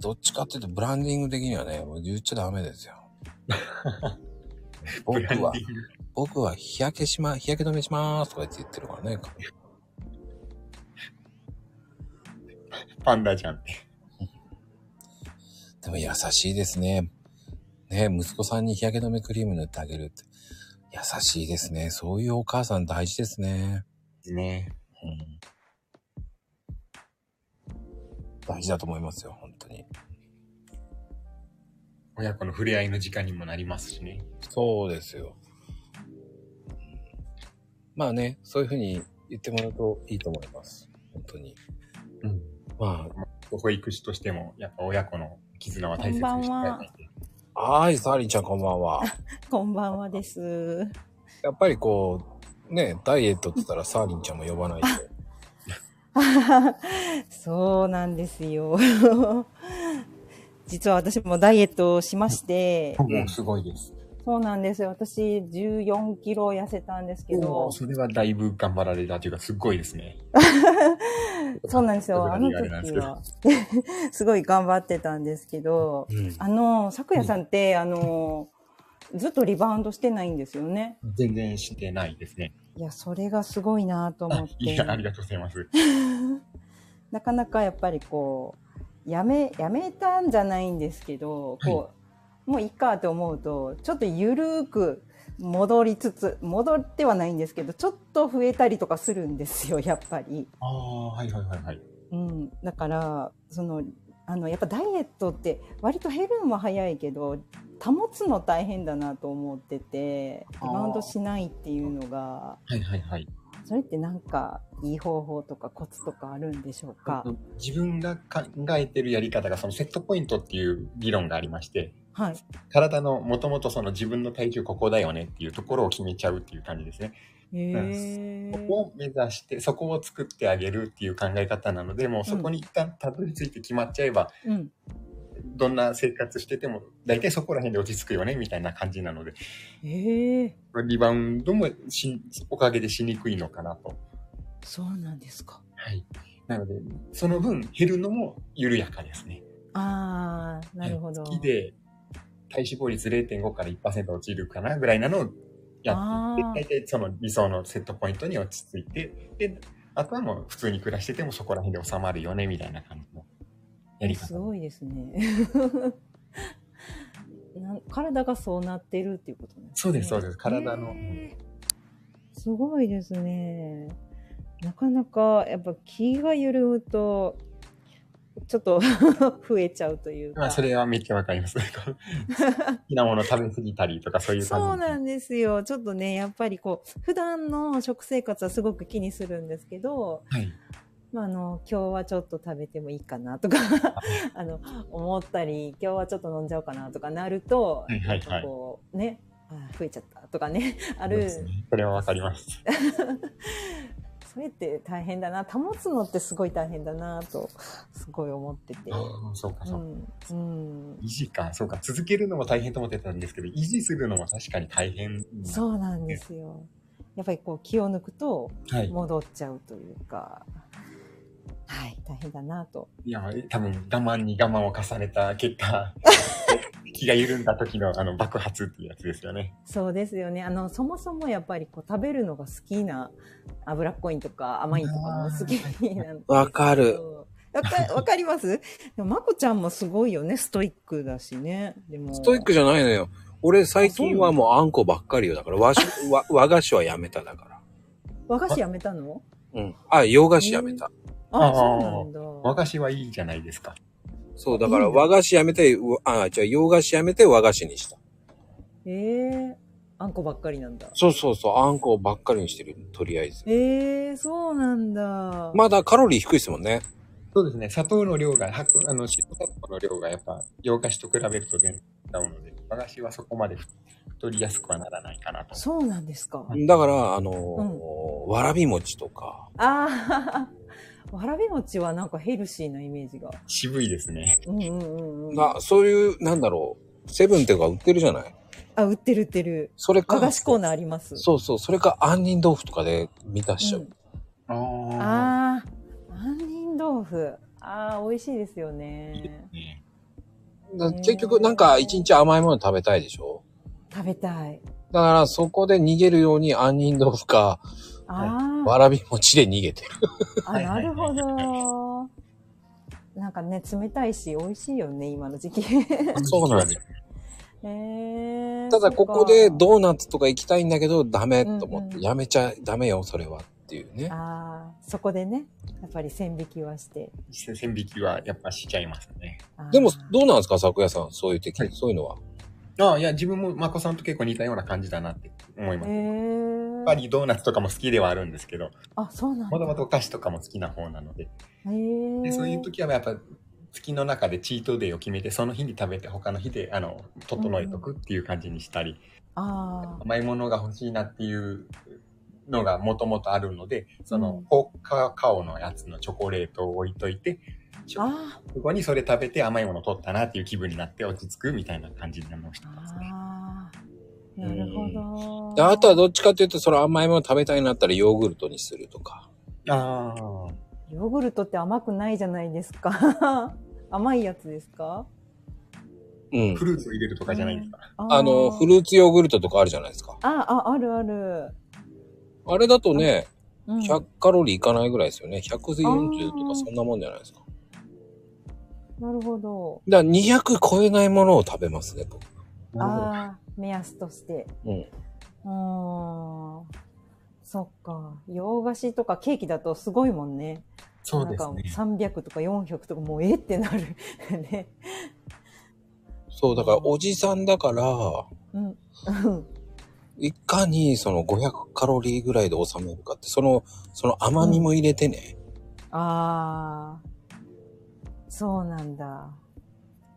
S1: どっちかっていうと、ブランディング的にはね、もう言っちゃダメですよ。僕
S2: ブランディン
S1: は
S2: グ、
S1: 僕は日焼けしま、日焼け止めしまーすとか言って言ってるからね。
S2: パンダじゃんって。
S1: でも優しいですね。ね、息子さんに日焼け止めクリーム塗ってあげるって。優しいですね。そういうお母さん大事ですね。
S2: ね
S1: うん、大事だと思いますよ、本当に。
S2: 親子の触れ合いの時間にもなりますしね。
S1: そうですよ。まあね、そういうふうに言ってもらうといいと思います。本当に。
S2: うん。
S1: ま
S2: 保育士としても、やっぱ親子の絆は大切にしていただいて。
S1: あ、はーい、サーリンちゃんこんばん は。
S4: こんばんはです。
S1: やっぱりこう、ね、ダイエットって言ったらサーリンちゃんも呼ばないと。
S4: そうなんですよ。 実は私もダイエットをしまして、
S1: ん
S2: もうすごいです。
S4: そうなんですよ。私14キロ痩せたんですけ
S2: おー
S4: ど、
S2: それはだいぶ頑張られたというか、すっごいですね。
S4: そうなんですよ。あの
S2: 僕らにあれなんです
S4: 時
S2: けど
S4: は、 すごい頑張ってたんですけど、
S1: うん
S4: あの、咲夜さんって、あの、ずっとリバウンドしてないんですよね。
S2: 全然してないですね。
S4: いや、それがすごいなと思っ
S2: あ
S4: て。
S2: いや、ありがとうございます。
S4: なかなかやっぱりこう、やめ、やめたんじゃないんですけど、こう、もういいかと思うと、ちょっとゆるーく戻りつつ、戻ってはないんですけど、ちょっと増えたりとかするんですよ、やっぱり。
S2: ああ、はいはいはいはい。
S4: うん、だからそのあのやっぱダイエットって割と減るのは早いけど保つの大変だなと思っててリ
S2: あー
S4: バウンドしないっていうのが
S2: はいはいはい。
S4: それってなんかいい方法とかコツとかあるんでしょうか、
S2: 自分が考えてるやり方が、そのセットポイントっていう理論がありまして、
S4: はい、
S2: 体のもともとその自分の体重ここだよねっていうところを決めちゃうっていう感じですね。
S4: へ
S2: そこを目指して、そこを作ってあげるっていう考え方なので、もうそこに一旦たどり着いて決まっちゃえば、
S4: うん、
S2: どんな生活してても、大体そこら辺で落ち着くよね、みたいな感じなので、
S4: へえ
S2: リバウンドもしおかげでしにくいのかなと。
S4: そうなんですか
S2: はい。なので、その分減るのも緩やかですね。
S4: ああなるほど、
S2: 月で体脂肪率0.5から1%落ちるかなぐらいなのをや
S4: あー
S2: っていって、大体その理想のセットポイントに落ち着いて、で、あとはもう普通に暮らしててもそこら辺で収まるよね、みたいな感じのやり
S4: す
S2: 方。
S4: ごいですね なん体がそうなってるっていうことなんですね
S2: そうです、そうです。体の。
S4: すごいですね。なかなかやっぱ気が緩むとちょっと 増えちゃうというか。
S2: まあ、それはめっちゃわかります。 好きなもの食べ過ぎたりとか、そういう感じ。
S4: そうなんですよ。ちょっとね、やっぱりこう、普段の食生活はすごく気にするんですけど、
S2: はい。
S4: まあ、あの、今日はちょっと食べてもいいかな とか、あの、思ったり、今日はちょっと飲んじゃおうかなとかなると、
S2: はいはいはい
S4: なんかこう、ね、あ増えちゃったとかね、あ
S2: そう
S4: る
S2: で。すねそれはわかります。
S4: それって大変だな。保つのってすごい大変だなと、すごい思ってて。
S2: ああそうか、そうか。
S4: うんうん
S2: 維持か、そうか。続けるのも大変と思ってたんですけど、維持するのも確かに大変。
S4: そうなんですよ。やっぱりこう気を抜くと
S2: はい。
S4: 戻っちゃうというか、はい、大変だなと。
S2: いや、多分我慢に我慢を重ねた結 果、気が緩んだ時のあの爆発っていうやつですよね。
S4: そうですよね。あの、そもそもやっぱりこう食べるのが好きな脂っこいんとか甘いんとかも好きなんですけど
S1: わかる。
S4: わかわかりますでも、まこちゃんもすごいよね。ストイックだしね。でも
S1: ストイックじゃないのよ。俺最近はもうあんこばっかりよ。だから和食和和菓子はやめただか
S4: 和菓子やめたの
S1: ら。うん。あ、洋菓子やめた。
S4: あ
S2: あー
S4: そうなんだ。
S2: 和菓子はいいじゃないですか。
S1: そう、だから和菓子やめて、うあ、じゃあ洋菓子やめて和菓子にした。
S4: ええあんこばっかりなんだ。
S1: そうそうそう、あんこばっかりにしてる。とりあえず。
S4: ええそうなんだ。
S1: まだカロリー低いですもんね。
S2: そうですね。砂糖の量が、はあの、白砂糖の量がやっぱ、洋菓子と比べると全然違うので、和菓子はそこまで太りやすくはならないかなと。
S4: そうなんですか。
S1: だから、あのーわらび餅とか、
S4: ああ、 わらび餅はなんかヘルシーなイメージが。
S2: 渋いですね。
S4: うんうんうんうん。
S1: なそういう、なんだろう、セブンっていうか売ってるじゃない
S4: あ、売ってる売ってる。
S1: それか、
S4: 和菓子コーナーあります。
S1: そうそう、それか杏仁豆腐とかで満たしちゃう。
S4: ん
S2: ああ。
S4: ああ、杏仁豆腐。ああ、美味しいですよね。
S2: ね
S1: だから結局、なんか一日甘いもの食べたいでしょ
S4: 食べたい。
S1: だから、そこで逃げるように杏仁豆腐か、
S4: ああ、
S1: わらび餅で逃げてる。
S4: あ、
S2: はい
S4: な
S2: はい
S4: る
S2: は
S4: ほ
S2: い
S4: ど。なんかね、冷たいし、美味しいよね、今の時期。
S1: そうなんです。
S4: えー、
S1: ただ、
S4: そ
S1: こ
S4: っか
S1: こでドーナツとか行きたいんだけど、ダメと思っ
S4: うんう
S1: て、
S4: ん
S1: やめちゃダメよ、それはっていうね。
S4: ああ、そこでね、やっぱり線引きはして。
S2: 線引きはやっぱしちゃいますね。
S4: あー
S1: でも、どうなんですか、昨夜さん、そういう的
S2: はい
S1: に、そういうのは。
S2: ああ、いや、自分もまこさんと結構似たような感じだなって思います。
S4: え
S2: やっ
S4: ー、
S2: ぱりドーナツとかも好きではあるんですけど、
S4: あ、そうなんだ。
S2: もともとお菓子とかも好きな方なので、
S4: えー、
S2: でそういう時はやっぱ月の中でチートデイを決めて、その日に食べて他の日で、あの、整えとくっていう感じにしたり、
S4: あ
S2: 甘いものが欲しいなっていうのがもともとあるので、その、
S4: うん
S2: 高カカオのやつのチョコレートを置いといて、
S4: ーあ
S2: そこにそれ食べて甘いもの取ったなっていう気分になって落ち着くみたいな感じになりまし
S4: ー
S2: た。
S4: あーなるほ
S1: で
S4: ど。
S1: あとはどっちかっていうと、その甘いもの食べたいなったらヨーグルトにするとか。
S2: ああ。
S4: ヨーグルトって甘くないじゃないですか。 甘いやつですか
S1: うん
S2: フ。ルーツを入れるとかじゃないんですか。
S4: あー
S1: あの、フルーツヨーグルトとかあるじゃないですか。
S4: あ、あ、あるある。
S1: あれだとね、
S4: うん
S1: 100カロリーいかないぐらいですよね。140と
S4: あ
S1: か
S4: ー
S1: そんなもんじゃないですか。
S4: なるほど。
S1: だから200超えないものを食べますね、僕。
S4: ああ、目安として。
S1: うん。
S4: うーん。そっか。洋菓子とかケーキだとすごいもんね。
S2: そうです
S4: なんか
S2: ね。
S4: 300とか400とかもうえってなる。 ね。
S1: そう、だからおじさんだから、
S4: うん。うん
S1: いかにその500カロリーぐらいで収めるかって、その、その甘みも入れてね。
S4: ああ。そうなんだ。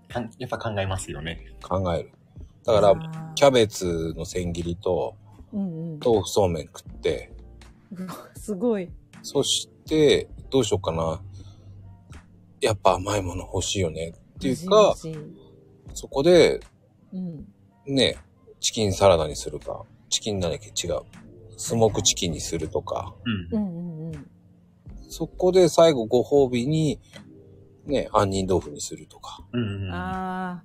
S2: かんやっぱ考えますよね。
S1: 考える。だから、キャ
S4: ベ
S1: ベツの千切りと
S4: うんうん。
S1: 豆腐そうめん食って、
S4: うわ すごい。
S1: そして、どうしようかな。やっぱ甘いもの欲しいよね。っていうか、
S4: 美味しい美味しい
S1: そこで、
S4: うん。
S1: ね、チキンサラダにするか、チキンなんだっけ違う。スモークチキンにするとか、
S2: う。
S4: うんんうんうん。
S1: そこで最後ご褒美に、ね、杏仁豆腐にするとか。
S2: うんうんうん。
S4: ああ、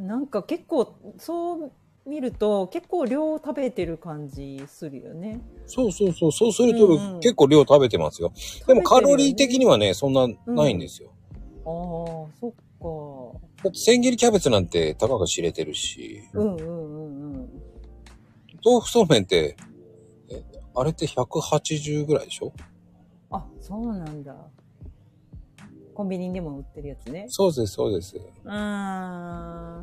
S4: なんか結構、そう見ると、結構量食べてる感じするよね。
S1: そうそうそう、そうすると
S4: うんうん
S1: 結構量食べてますよ。でもカロリー的に
S4: は。
S1: はね、そんなないんですよ。
S4: ああ、そっか。
S1: だって千切りキャベツなんてたかが知れてるし、
S4: うんうんうんうん。
S1: 豆腐そうめんって、えあれって180ぐらいでしょ
S4: あ、そうなんだ。コンビニでも売ってるやつね。
S1: そうです、そうです。
S4: あ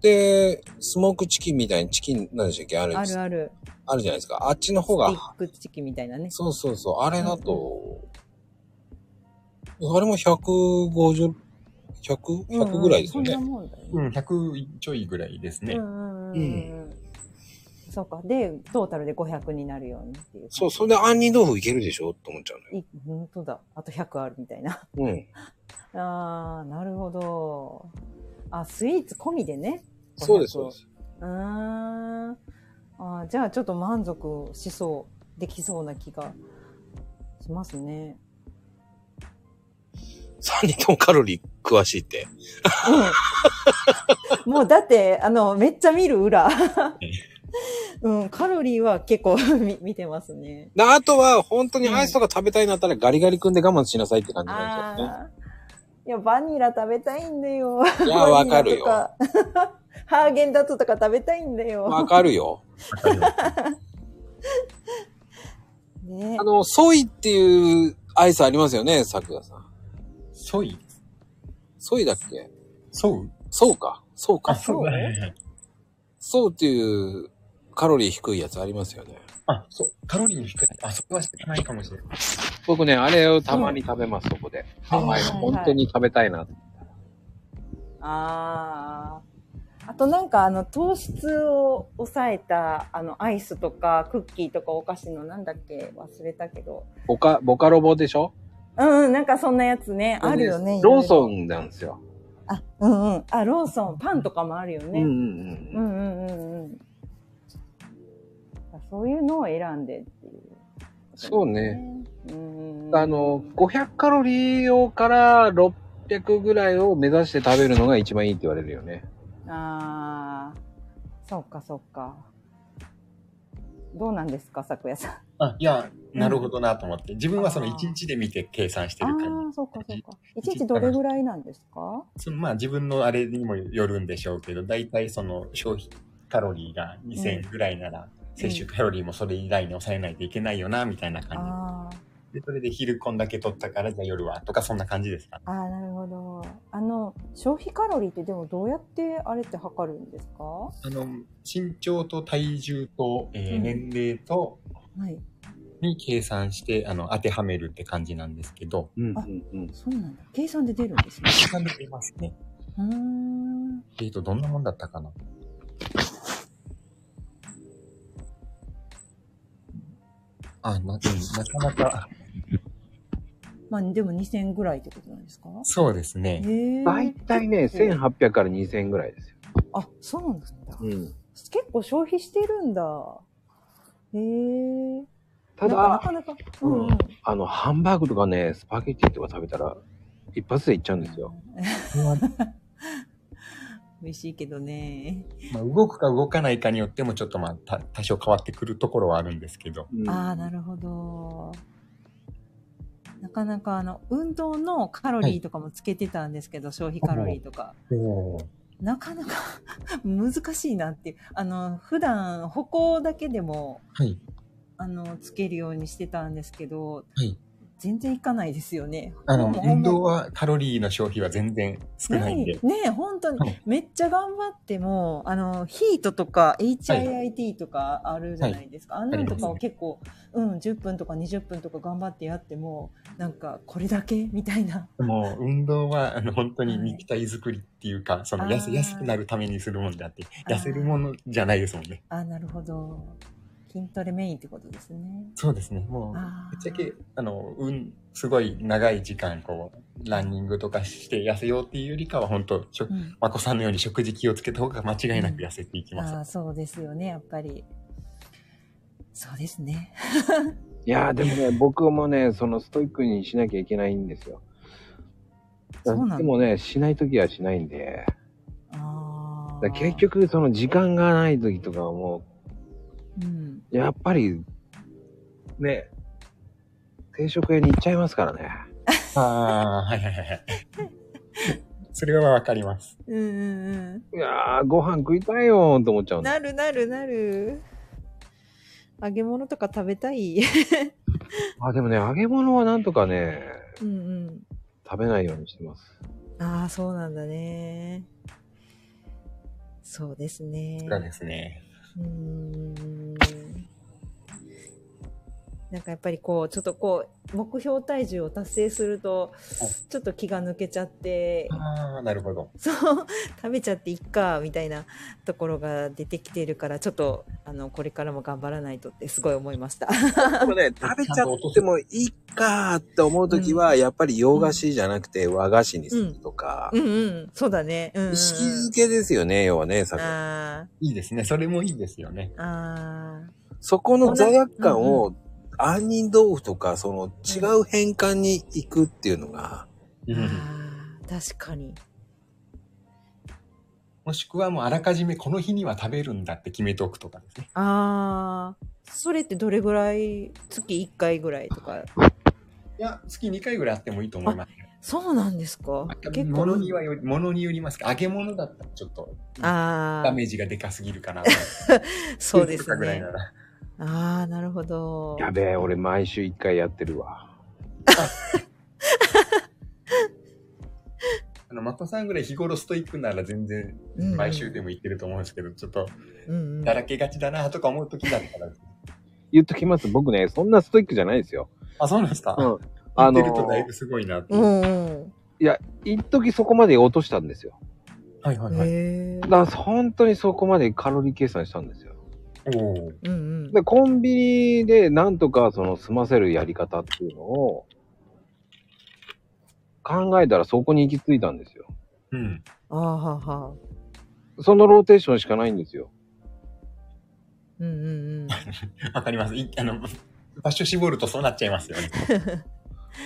S1: で、スモークチキンみたいにチキン、なんでしたっけある
S4: ーあるある。
S1: あるじゃないですか。あっちの
S4: ステ
S1: 方
S4: ィ
S1: が
S4: ックチキンみたいなね。
S1: そうそうそう、あれだと、あれも150、100?100 ぐらいですよね。
S4: うんうんそんなもんだよね。
S2: うん、100ちょいぐらいですね。
S4: うんうんうんうん。そうか。で、トータルで500になるようにっていう。
S1: そう、それで杏仁豆腐いけるでしょと思っちゃう
S4: い本当だ。あと100あるみたいな。
S1: のよ。うん。
S4: ああ、なるほど。あ、スイーツ込みでね。500
S1: そうです、そうです。
S4: うーん。あーじゃあちょっと満足しそう、できそうな気がしますね。
S1: 3人ともカロリー詳しいって。
S4: うん。 もうだって、あの、めっちゃ見 る裏。うん、カロリーは結構 み見てますね。
S1: であとは、本当にアイスとか食べたいなったらガリガリ君で我慢しなさいって感じなんですよね。
S4: ああ。いや、バニラ食べたいんだよ。
S1: いや、わかるよ。
S4: バニラとか。 ハーゲンダッツとか食べたいんだよ。
S1: わかるよ。
S2: わかります
S4: ね
S1: あの、ソイっていうアイスありますよね、桜さん。
S2: ソイ
S1: ソイだっけ
S2: ソウ
S1: そうか。そうか。
S4: そう
S2: はいはいはい
S1: そうっていうカロリー低いやつありますよね。
S2: あ、そう。カロリーの低い。あ、そこは知らないかもしれない。
S1: 僕ね、あれをたまに食べます、そこで。甘いの、
S4: はいはい
S1: 本当に食べたいな。
S4: ああ。あとなんかあの糖質を抑えたあのアイスとかクッキーとかお菓子のなんだっけ忘れたけど。
S1: ボカ、ボカロボでしょ
S4: うんうん、なんかそんなやつね。あるよね。
S1: ローソ
S4: ン。
S1: ンなんですよ。
S4: あ、うんうん。あ、ローソン。パンとかもあるよ
S1: うん
S4: ね。
S1: うん
S4: う
S1: うん。
S4: んうんうんうん。そういうのを選んでっていう、
S1: そうね。。
S4: うんうん。
S1: あの、500カロリー用から600ぐらいを目指して食べるのが一番いいって言われるよね。
S4: ああ、そうかそうか。どうなんですか、咲夜さん。
S2: あ、いや、なるほどなと思って。自分はその
S4: あー
S2: 1日で見て計算して
S4: あ
S2: る感
S4: あ、そうかそうか。
S2: 一
S4: 一
S2: 日
S4: 日どれぐらいなんですか
S2: じ。そのまあ自分のあれにもよるんでしょうけど、だいたいその消費カロリーが2000ぐらいなら、摂取カロリーもそれ以外に抑えないといけないよな、みたいな感
S4: あ
S2: じ。で、それで昼こんだけ取ったから、じゃあ夜は、とかそんな感じですか
S4: あ、ああ、なるほど。あの、消費カロリーってでもどうやってあれって測るんですかは
S2: あの、身長と体重と、えー
S4: うん
S2: 年齢と、
S4: い。
S2: に計算して、あの、当てはめるって感じなんですけど、
S1: うん
S4: あ
S1: うん
S4: そうなんだ。計算で出るんですね。
S2: 計算で出ますね。
S4: うーん。
S2: えーと、どんなもんだったかなあ、な、うんなかなか。
S4: まあでも2000ぐらいってことなんですか
S2: そうです
S4: へ
S2: ね。
S1: う
S4: え
S1: ん。だいたいね、1800から2000ぐらいですよ。
S4: あ、そうなんだ。
S1: うん。
S4: 結構消費してるんだ。へえ。
S1: た
S4: なんかな
S1: だ、
S4: かなか、うんうん、
S1: あの、ハンバーグとかね、スパゲッティとか食べたら、一発でいっちゃうんですよ。
S4: 美味しいけどね。
S2: まあ、動くか動かないかによってもちょっとまあた多少変わってくるところはあるんですけど。
S4: ああ、なるほど。なかなかあの運動のカロリーとかもつけてたんですけど、消費カロリーとか。なかなか 難しいなっていう。あの、普段歩行だけでも、
S2: はい。
S4: あの、つけるようにしてたんですけど、
S2: はい
S4: 全然いかないですよね。
S2: あの
S4: もう、ほんま
S2: 運動はカロリーの消費は全然少ないんで。
S4: ねえ本当に、
S2: はい
S4: めっちゃ頑張っても、あの、ヒートとか HIIT とかあるじゃないですか。あんなんとかを結構、うん、10分とか20分とか頑張ってやっても、なんか、これだけみたいな。
S2: もう運動はあの本当に肉体作りっていうか、その痩せ
S4: あー
S2: やすくなるためにするもんであって、
S4: あー
S2: 痩せるものじゃないですもんね。
S4: あ、なるほど。筋トレメインってことですね。
S2: そうですね。もう、ぶ
S4: あー
S2: っちゃけ、あの、うん、すごい長い時間、こう、ランニングとかして痩せようっていうよりかは、本当しょ
S4: うん
S2: まこさんのように食事気をつけた方が間違いなく痩せていきます。
S4: ああ、そうですよね、やっぱり。そうですね。
S1: いやーでもね、 僕もね、そのストイックにしなきゃいけないんですよ。
S4: そうなんだ
S1: でもね、しないときはしないんで。
S4: あ
S1: だか
S4: あ。
S1: ら結、局、その時間がないときとかはも
S4: うん。
S1: う、やっぱり、ね、定食屋に行っちゃいますからね。
S2: ああ、はいはいはいはい。 それはわかります。
S4: うんうん
S1: いやー、ご飯食いたいよーと思っちゃ
S4: う。
S1: うんん だ
S4: なるなるなる。揚げ物とか食べ たい。
S1: あ、でもね、揚げ物はなんとかね、
S4: うん
S1: 食べないようにしてます。
S4: うん。ああ、そうなんだね。そうですね。
S2: そうですね。
S4: うーんなんかやっぱりこう、ちょっとこう、目標体重を達成すると、ちょっと気が抜けちゃって、
S2: ああ、なるほど。
S4: そう、食べちゃっていっか、みたいなところが出てきているから、ちょっと、あの、これからも頑張らないとってすごい思い ました。
S1: でもね、食べちゃってもいいかーって思うときは、やっぱり洋菓子じゃなくて和菓子にするとか
S4: う、んうん、そうだね。うん、うん。
S1: 意識づけですよね、要はね、さっき
S4: あ
S2: いいですね。それもいいですよね。
S4: あ、ああ、
S1: そこの罪悪感を、杏仁豆腐とか、その違う変換に行くっていうのが、
S2: うん
S4: ああ確かに。
S2: もしくはもうあらかじめこの日には食べるんだって決めておくとかですね。
S4: ああ、それってどれぐらい、月1回ぐらいとか。
S2: いや、月2回ぐらいあってもいいと思いますよ。
S4: そうなんですか結構
S2: 物。にはより、物によりますけど、揚げ物だったらちょっと
S4: あ
S2: ダ
S4: あ、
S2: メージがでかすぎるかな。
S4: そうで
S2: とか
S4: す
S2: ぐらい
S4: ね
S2: な。ら。
S4: ああ、なるほど。
S1: やべえ、俺毎週一回やってるわ。
S2: あの、マコさんぐらい日頃ストイックなら全然
S4: うん
S2: 毎週でもいってると思うんですけど、ちょっと
S4: うんうん
S2: だらけがちだなとか思う時だったら。
S1: 言っときます。僕ね、そんなストイックじゃないですよ。
S2: あ、そうなんですか。
S1: うん。
S2: あ
S1: あ
S2: の
S1: の
S2: てるとだいぶすごいなって。
S4: う
S2: はい
S4: んうん。
S1: 一時そこまで落としたんですよ。
S2: はいはい。
S4: へえ
S1: だ。から本当にそこまでカロリー計算したんですよ。
S2: おー
S4: うんうん。
S1: で、コンビニでなんとかその済ませるやり方っていうのを考えたらそこに行き着いたんですよ。
S2: うん。
S4: ああはは。
S1: そのローテーションしかないんですよ。
S4: うん うんうん。
S2: わかります。いあの、場所絞るとそうなっちゃいますよ ね。
S1: だか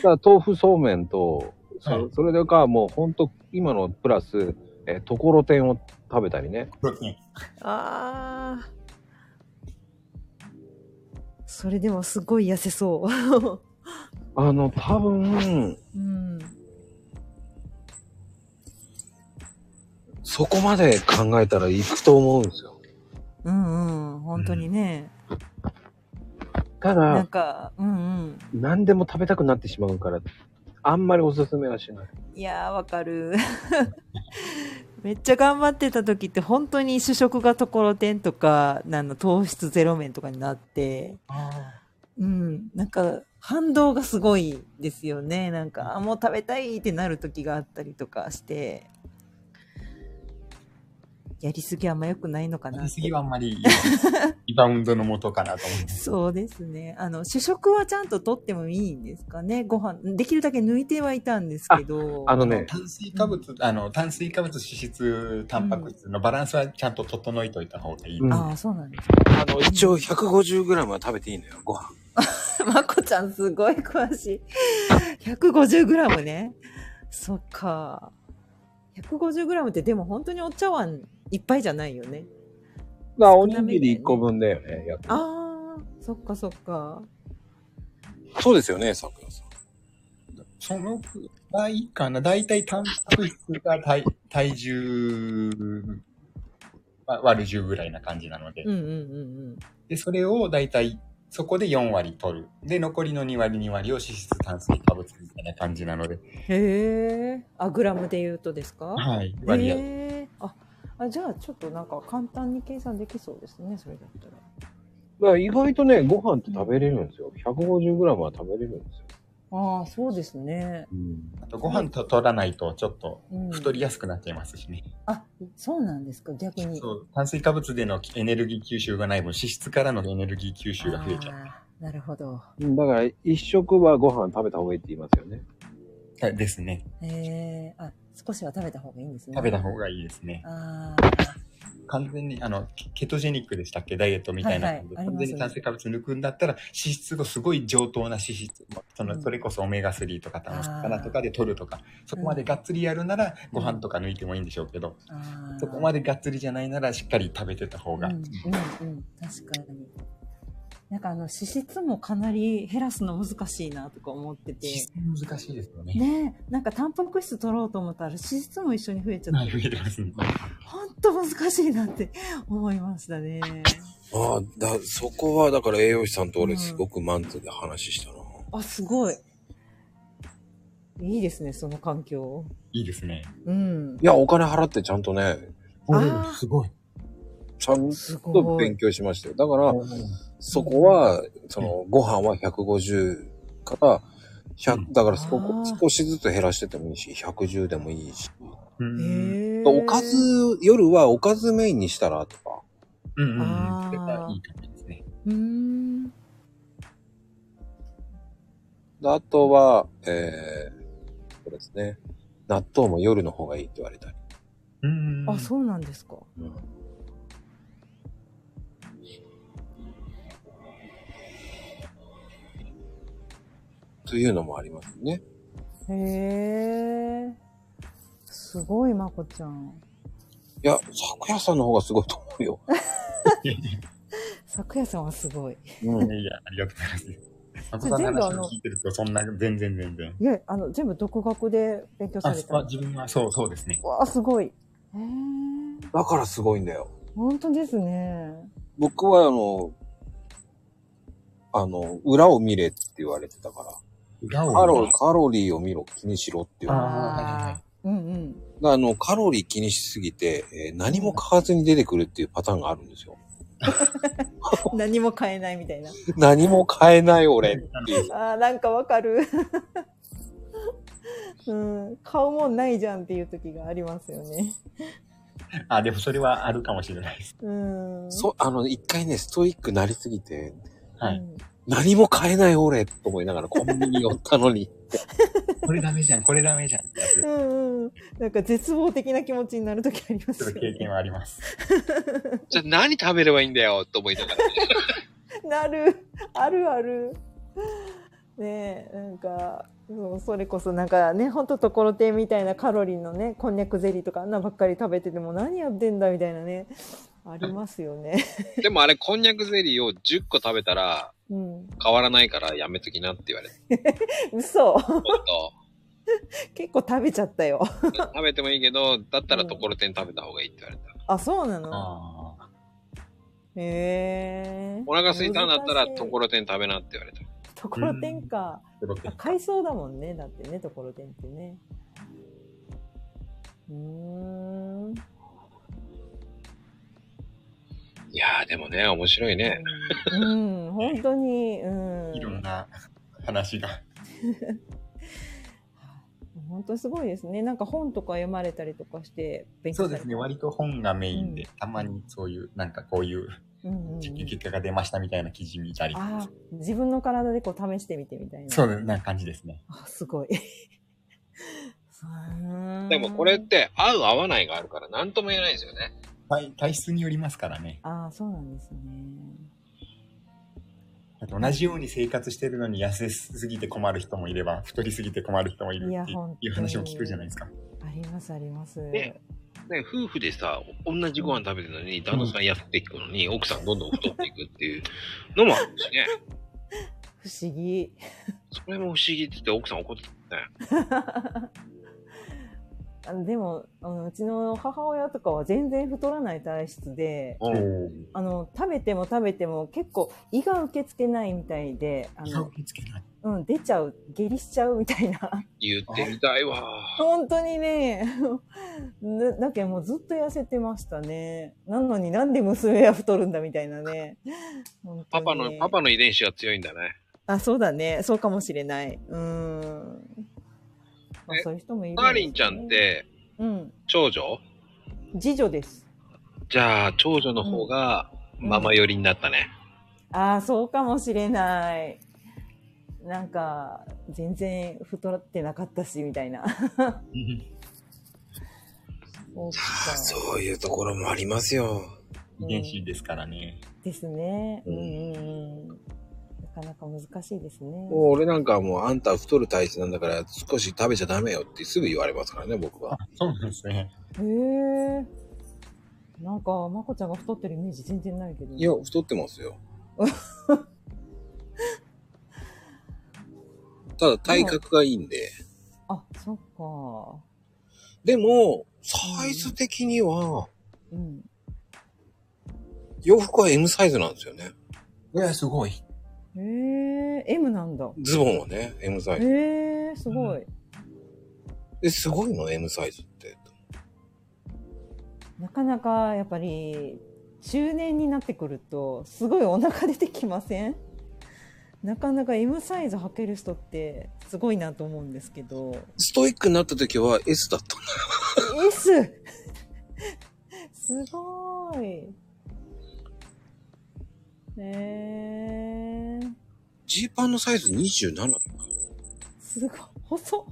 S1: ら豆腐そうめんと、そ
S2: はい
S1: それでかもうほんと今のプラス、えーところてんを食べたりね。
S4: ああ。それでもすごい痩せそう。
S1: あの、多分、
S4: うん。
S1: そこまで考えたら行くと思うんですよ。
S4: うんうん。本当にね。
S1: た
S4: な
S1: だ
S4: ん、か、うんうん。
S1: 何でも食べたくなってしまうから、あんまりおすすめはしない。
S4: いやー、わかる。 めっちゃ頑張ってた時って本当に主食がところてんとか、あの糖質ゼロ麺とかになって、うん、なんか反動がすごいですよね。なんか、あもう食べたいってなる時があったりとかして、やりすぎあんま良くないのか
S2: 食
S4: な
S2: べ
S4: っ
S2: 過ぎ
S4: て。
S2: はあんまり、リバウンドの元かなと思うんです。
S4: そうですね。あの、主食はちゃんと取ってもいいんですかね。ご飯、できるだけ抜いてはいたんですけど。
S1: あのね、
S2: 炭水化物、あの、炭水化物、脂質、タンパク質のバランスはちゃんと整えといた方がいい。
S1: うん
S4: ああ、そうなんです
S1: あの、一応 150g は食べていいのよ、ご飯。
S4: まこちゃんすごい詳しい。150g ね。そっか。150g ってでも本当にお茶碗いっぱいじゃないよね。
S1: まあ、おにぎり1個分だよね。やっぱ
S4: あー、そっかそっか。
S1: そうですよね、さくらさん。
S2: そのくらいかな。だいたいタンパク質が体体重、まあ、割る10ぐらいな感じなので。
S4: うんうんうんうん。
S2: で、それをだいたいそこで4割取る。で、残りの2割2割を脂質炭水化物みたいな感じなので。
S4: へえ。あ、グラムで言うとですか
S2: はい。割合。
S4: へえ。あ、あじゃあちょっとなんか簡単に計算できそうですね、それだったら。
S1: だから意外とね、ご飯って食べれるんですよ。150グラムは食べれるんですよ。
S4: ああ、そうですね。
S2: あとご飯と取らないとちょっと
S4: うん、
S2: 太りやすくなっちゃいますしね。
S4: あ、そうなんですか、逆に。
S2: そう炭水化物でのエネルギー吸収がない分、脂質からのエネルギー吸収が増えちゃう。
S4: あーなるほど。
S1: だから、一食はご飯食べた方がいいって言いますよね。
S2: はいですね。
S4: えー、あ、少しは食べた方がいいんですね。
S2: 食べた方がいいですね。
S4: あ
S2: 完全に、あの、ケケトジェニックでしたっけダイエットみたいな
S4: はいはい
S2: 感じで、
S4: あります
S2: 完全に炭水化物抜くんだったら、脂質をすごい上等な脂質、まあその、
S4: うん
S2: それこそオメガ3とか、
S4: あー
S2: 魚とかで取るとか、そこまでがっつりやるなら、ご飯とか抜いてもいいんでしょうけど、
S4: ーあー。
S2: そこまでがっつりじゃないなら、しっかり食べてた方が。
S4: うん、うん、うん、確かに。なんかあの、脂質もかなり減らすの難しいなとか思ってて。
S2: 脂質難しいですよね。
S4: ねえ、なんかタンパク質取ろうと思ったら脂質も一緒に増えちゃ
S2: は
S4: っ
S2: い、
S4: て、
S2: 増えてますね。
S4: ほんと難しいなって 思いましたね。
S1: ああ、だ、そこは、だから栄養士さんと俺すごくマンツーで話したな。
S4: あ、すごい。いいですね、その環境。
S2: いいですね。
S4: うん。
S1: いや、お金払ってちゃんとね、
S4: あー
S2: すごい。
S1: ちゃん
S4: す
S1: と
S4: ごい
S1: 勉。強しましたよ。だから、そこは、その、ご飯は150から、
S2: うん
S1: 100、だからそこ
S4: あー
S1: 少しずつ減らしてってもいいし、110でもいいし。
S2: うん
S4: へえ
S1: おかず、夜はおかずメインにしたらとか。
S2: うんうんうん。
S4: あー
S2: それがいい感じですね。
S4: うーん。
S1: であとは、えー、そうですね。納豆も夜の方がいいって言われたり。
S2: うん
S4: あ、そうなんですか。
S1: というのもありますね。
S4: へえ。すごい、まこちゃん。
S1: いや、昨夜さんの方がすごいと思うよ。
S4: 昨夜さんはすごい。
S1: うん。
S2: いやいや、ありがとうございます。 あこさんの話を聞いてると、そんな、全然全然。
S4: いや、あの、全部独学で勉強さ
S2: あ
S4: れ、た。
S2: まあ
S4: わ
S2: 自分は、そう、そうですね。
S4: あ、すごい。へえ。
S1: だからすごいんだよ。
S4: 本当ですね。
S1: 僕はあの、あの、裏を見れって言われてたから、
S2: 裏
S1: カロカロリーを見ろ、気にしろっていう。
S2: あー
S1: あ
S2: あ
S4: うんうん。
S1: の、カロリー気にしすぎて、えー何も買わずに出てくるっていうパターンがあるんですよ。
S4: 何も変えないみたいな。
S1: 何も買えない俺っていう。
S4: ああ、なんかわかる。 うん、顔もないじゃんっていう時がありますよね。
S2: あ、でもそれはあるかもしれないです。
S4: うん。
S1: そ、あの、一回ね、ストイックなりすぎて、
S4: う
S2: はい。
S4: ん
S1: 何も買えない俺と思いながらコンビニ寄ったのに。
S2: これダメじゃん、これダメじゃんってやつ。
S4: うんうん。なんか絶望的な気持ちになる時あります
S2: ちょ
S4: よ
S2: っと経
S4: ね。
S2: 験はあります。
S1: じゃあ何食べればいいんだよと思いながら。
S4: なる。あるある。ねえ、なんか、そうそれこそなんかね、ほんとところてんみたいなカロリーのね、こんにゃくゼリーとかあんなばっかり食べてても何やってんだみたいなね、ありますよね。
S1: でもあれ、こんにゃくゼリーを10個食べたら
S4: うん。
S1: 変わらないからやめときなって言われて。
S4: 嘘。
S1: ほんと
S4: 結構食べちゃったよ。
S1: 食べてもいいけど、だったらところてん食べた方がいいって言われた。
S4: あ、そうなの
S2: ああ。
S4: へえ。
S1: お腹空いたんだったら
S4: 難しい
S1: ところてん食べなって言われた。
S4: ところてんか。
S2: ところてん
S4: 海藻だもんね。だってね、ところてんってね。うーん。うん
S1: いやーでもね、面白いね。
S4: うん、本当に、うん。
S2: いろんな話が。
S4: 本当すごいですね。なんか本とか読まれたりとかして勉
S2: そ
S4: 強
S2: う
S4: さ
S2: で
S4: れ
S2: すね、割と本がメインで
S4: うん、
S2: たまにそういう、なんかこういう
S4: うんうんうん
S2: 実験結果が出ましたみたいな記事見たり。
S4: あー自分の体でこう試してみてみたいな。
S2: そうな感じですね。
S4: あすごい。うーん
S1: でもこれっ。て合う合わないがあるから何とも言えないんですよね。
S2: 体体質によりますからね。
S4: ああ、そうなんですね。
S2: 同じように生活してるのに痩せすぎて困る人もいれば、太りすぎて困る人もいる
S4: いや
S2: ってい
S4: 本
S2: う
S4: 当
S2: いう話も聞くじゃないですか。
S4: ありますあります。
S1: ねね、夫婦でさ、同じご飯食べてるのに、旦那さん痩せていくのに、奥さんどんどん太っていくっていうのもあるし ね。
S4: 不思議。
S1: それも不思議って言って奥さん怒ってたね。
S4: あのでもあのうちの母親とかは全然太らない体質で、
S1: う
S2: お
S1: ん。
S2: ー
S4: あの食べても食べても結構胃が受け付けないみたいで、あ
S2: 気を
S4: の
S2: つけない。
S4: うん出ちゃう下痢しちゃうみたいな。
S1: 言ってみたいわ。
S4: 本当にね、 だだけどもうずっと痩せてましたね。なのになんで娘は太るんだみたいなね。本当
S1: パ
S4: に
S1: パの、パパの遺伝子が強いんだね。
S4: あそうだねそうかもしれない。うーん。まあ
S1: え
S4: そういう人もいるんですね。
S1: マーリンちゃんって、
S4: うん
S1: 長女
S4: 次女です。
S1: じゃあ、長女の方が、
S4: うん
S1: ママ寄りになったね。
S4: ああ、そうかもしれない。なんか、全然太ってなかったし、みたいな。そうか
S1: ういうところもありますよ。
S2: 遺伝子ですからね。
S4: ですね。
S1: う
S4: うんんうんうん。なかなか難しいですね。
S1: もう俺なんかはもう、あんた太る体質なんだから、少し食べちゃダメよってすぐ言われますからね、僕は。
S2: そうなんですね。
S4: へえ。なんか、まこちゃんが太ってるイメージ全然ないけど。
S1: いや、太ってますよ。 ただ、体格がいいんで。
S4: あ、そっか。
S1: でも、サイズ的には、
S4: うん。
S1: 洋服は M サイズなんですよね。
S2: いや、すごい。
S4: へえ、M なんだ。
S1: ズボンはね、M サイズ。
S4: へえ、すごい。
S1: え、すごいの ?M サイズって。
S4: なかなかやっぱり中年になってくるとすごいお腹出てきませんなかなか M サイズ履ける人ってすごいなと思うんですけど
S1: ストイックになった時は S だった。
S4: S すごいねえ
S1: ジーパンのサイズ27とか。
S4: すごい細っ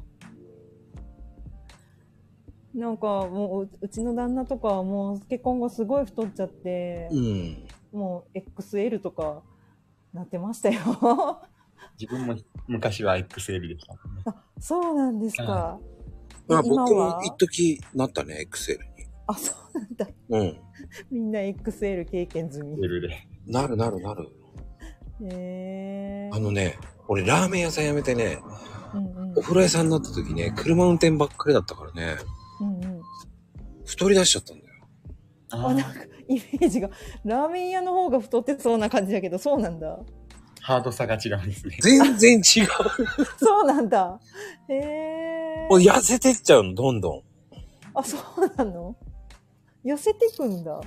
S4: なんかもうううちの旦那とかはもう結婚後すごい太っちゃって、
S1: うん。
S4: もう XL とかなってましたよ。
S2: 自分も昔は XL でしたもんね。
S4: あ、そうなんですか。
S1: まあ
S4: 今
S1: 僕も
S4: は
S1: 一時なったね、XL に。
S4: あ、そうなんだ。
S1: うん。
S4: みんな XL 経験済み。
S2: XL で。
S1: なるなるなる。
S4: へえ
S1: あのね、俺ラーメン屋さん辞めてね、
S4: うんうん
S1: お風呂屋さんになった時ね、車運転ばっかりだったからね、
S4: うんうん。
S1: 太り出しちゃったんだよ。
S4: あ、なんかイメージが、ラーメン屋の方が太ってそうな感じだけど、そうなんだ。
S2: ハードさが違うんですね。
S1: 全然違う。
S4: そうなんだ。へえ。
S1: もう 痩せてっちゃうの、どんどん。
S4: あ、そうなの痩せてくんだ。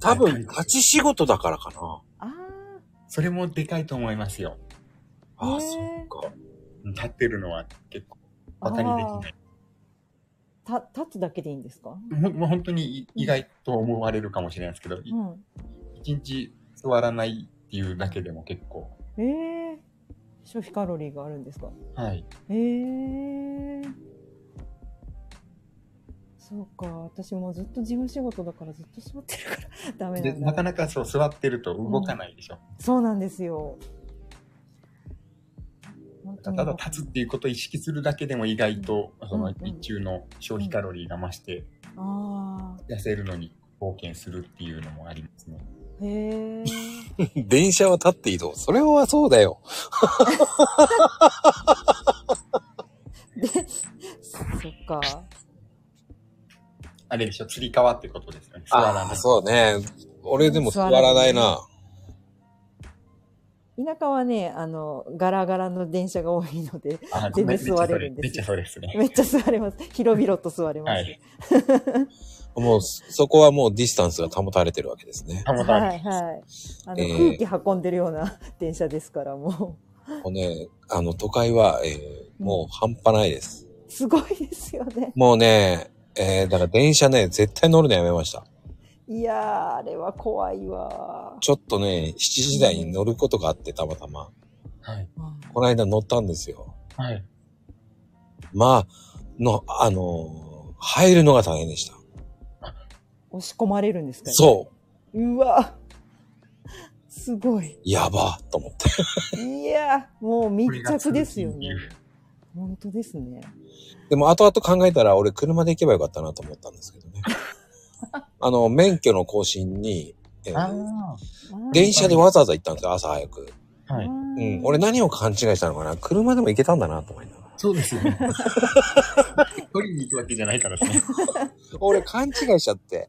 S1: 多分、立ち仕事だからかな。
S4: あ
S2: それもでかいと思いますよ。
S1: ああ、
S4: ねえ
S1: そっか。
S2: 立ってるのは結構、
S4: あ。
S2: バカにできない。
S4: あーた、立つだけでいいんですか
S2: ももう本当にい意外と思われるかもしれないですけど、い
S4: うん。
S2: 一日座らないっていうだけでも結構、
S4: ええ。消費カロリーがあるんですか
S2: はい。
S4: へえそうか私もうずっと事務仕事だからずっと座ってるからダメ
S2: で
S4: なんだ
S2: なかなかそう座ってると動かないでしょ。
S4: そうなんですよ本当に
S2: ただ立つっていうことを意識するだけでも意外と、その
S4: うんうん
S2: 日中の消費カロリーが増して、
S4: あ
S2: 痩せるのに貢献するっていうのもありますね。
S4: あへえ
S1: 電車は立って移動。それはそうだよ。
S4: そっか
S2: あれでしょ、釣り革ってことですよね。座ら
S1: あ
S2: な
S1: あ、
S2: い。
S1: そうね。俺でも座らないな。
S4: 田舎はねあのガラガラの電車が多いので
S2: あ
S4: 全部座れるんです
S2: めっち
S4: よ
S2: ゃそうですね。
S4: めっちゃ座れます広々と座れます、
S2: はい
S1: もう、そこはもうディスタンスが保たれてるわけですね。
S2: たまたま
S4: はいはいあの、
S1: えー
S4: 空気運んでるような電車ですからも
S1: もうね、あの、都会は、えーもう半端ないです。
S4: うすごいですよね
S1: もうね、えー、だから電車ね、絶対乗るのやめました。
S4: いやー、あれは怖いわ
S1: ちょっとね、7時台に乗ることがあって、たまたま。
S2: はい。
S1: この間乗ったんですよ。
S2: はい。
S1: まあ、の、あのー入るのが大変でした。
S4: 押し込まれるんですかね。。
S1: そう
S4: うわすごい。
S1: やばーと思って。
S4: いや、もう密着ですよ
S2: これ
S4: ね
S2: が。
S4: 本当ですね。
S1: でも後々考えたら俺車で行けばよかったなと思ったんですけど ね。あの、免許の更新に、えー
S2: ああ
S1: 電車でわざわざ行ったんですよ、朝早く。
S2: ー。はい。
S1: うん、俺何を勘違いしたのかな車でも行けたんだなと思いながら。
S2: そうです よね。取りに行くわけじゃないからね。
S1: 俺勘違いしちゃって。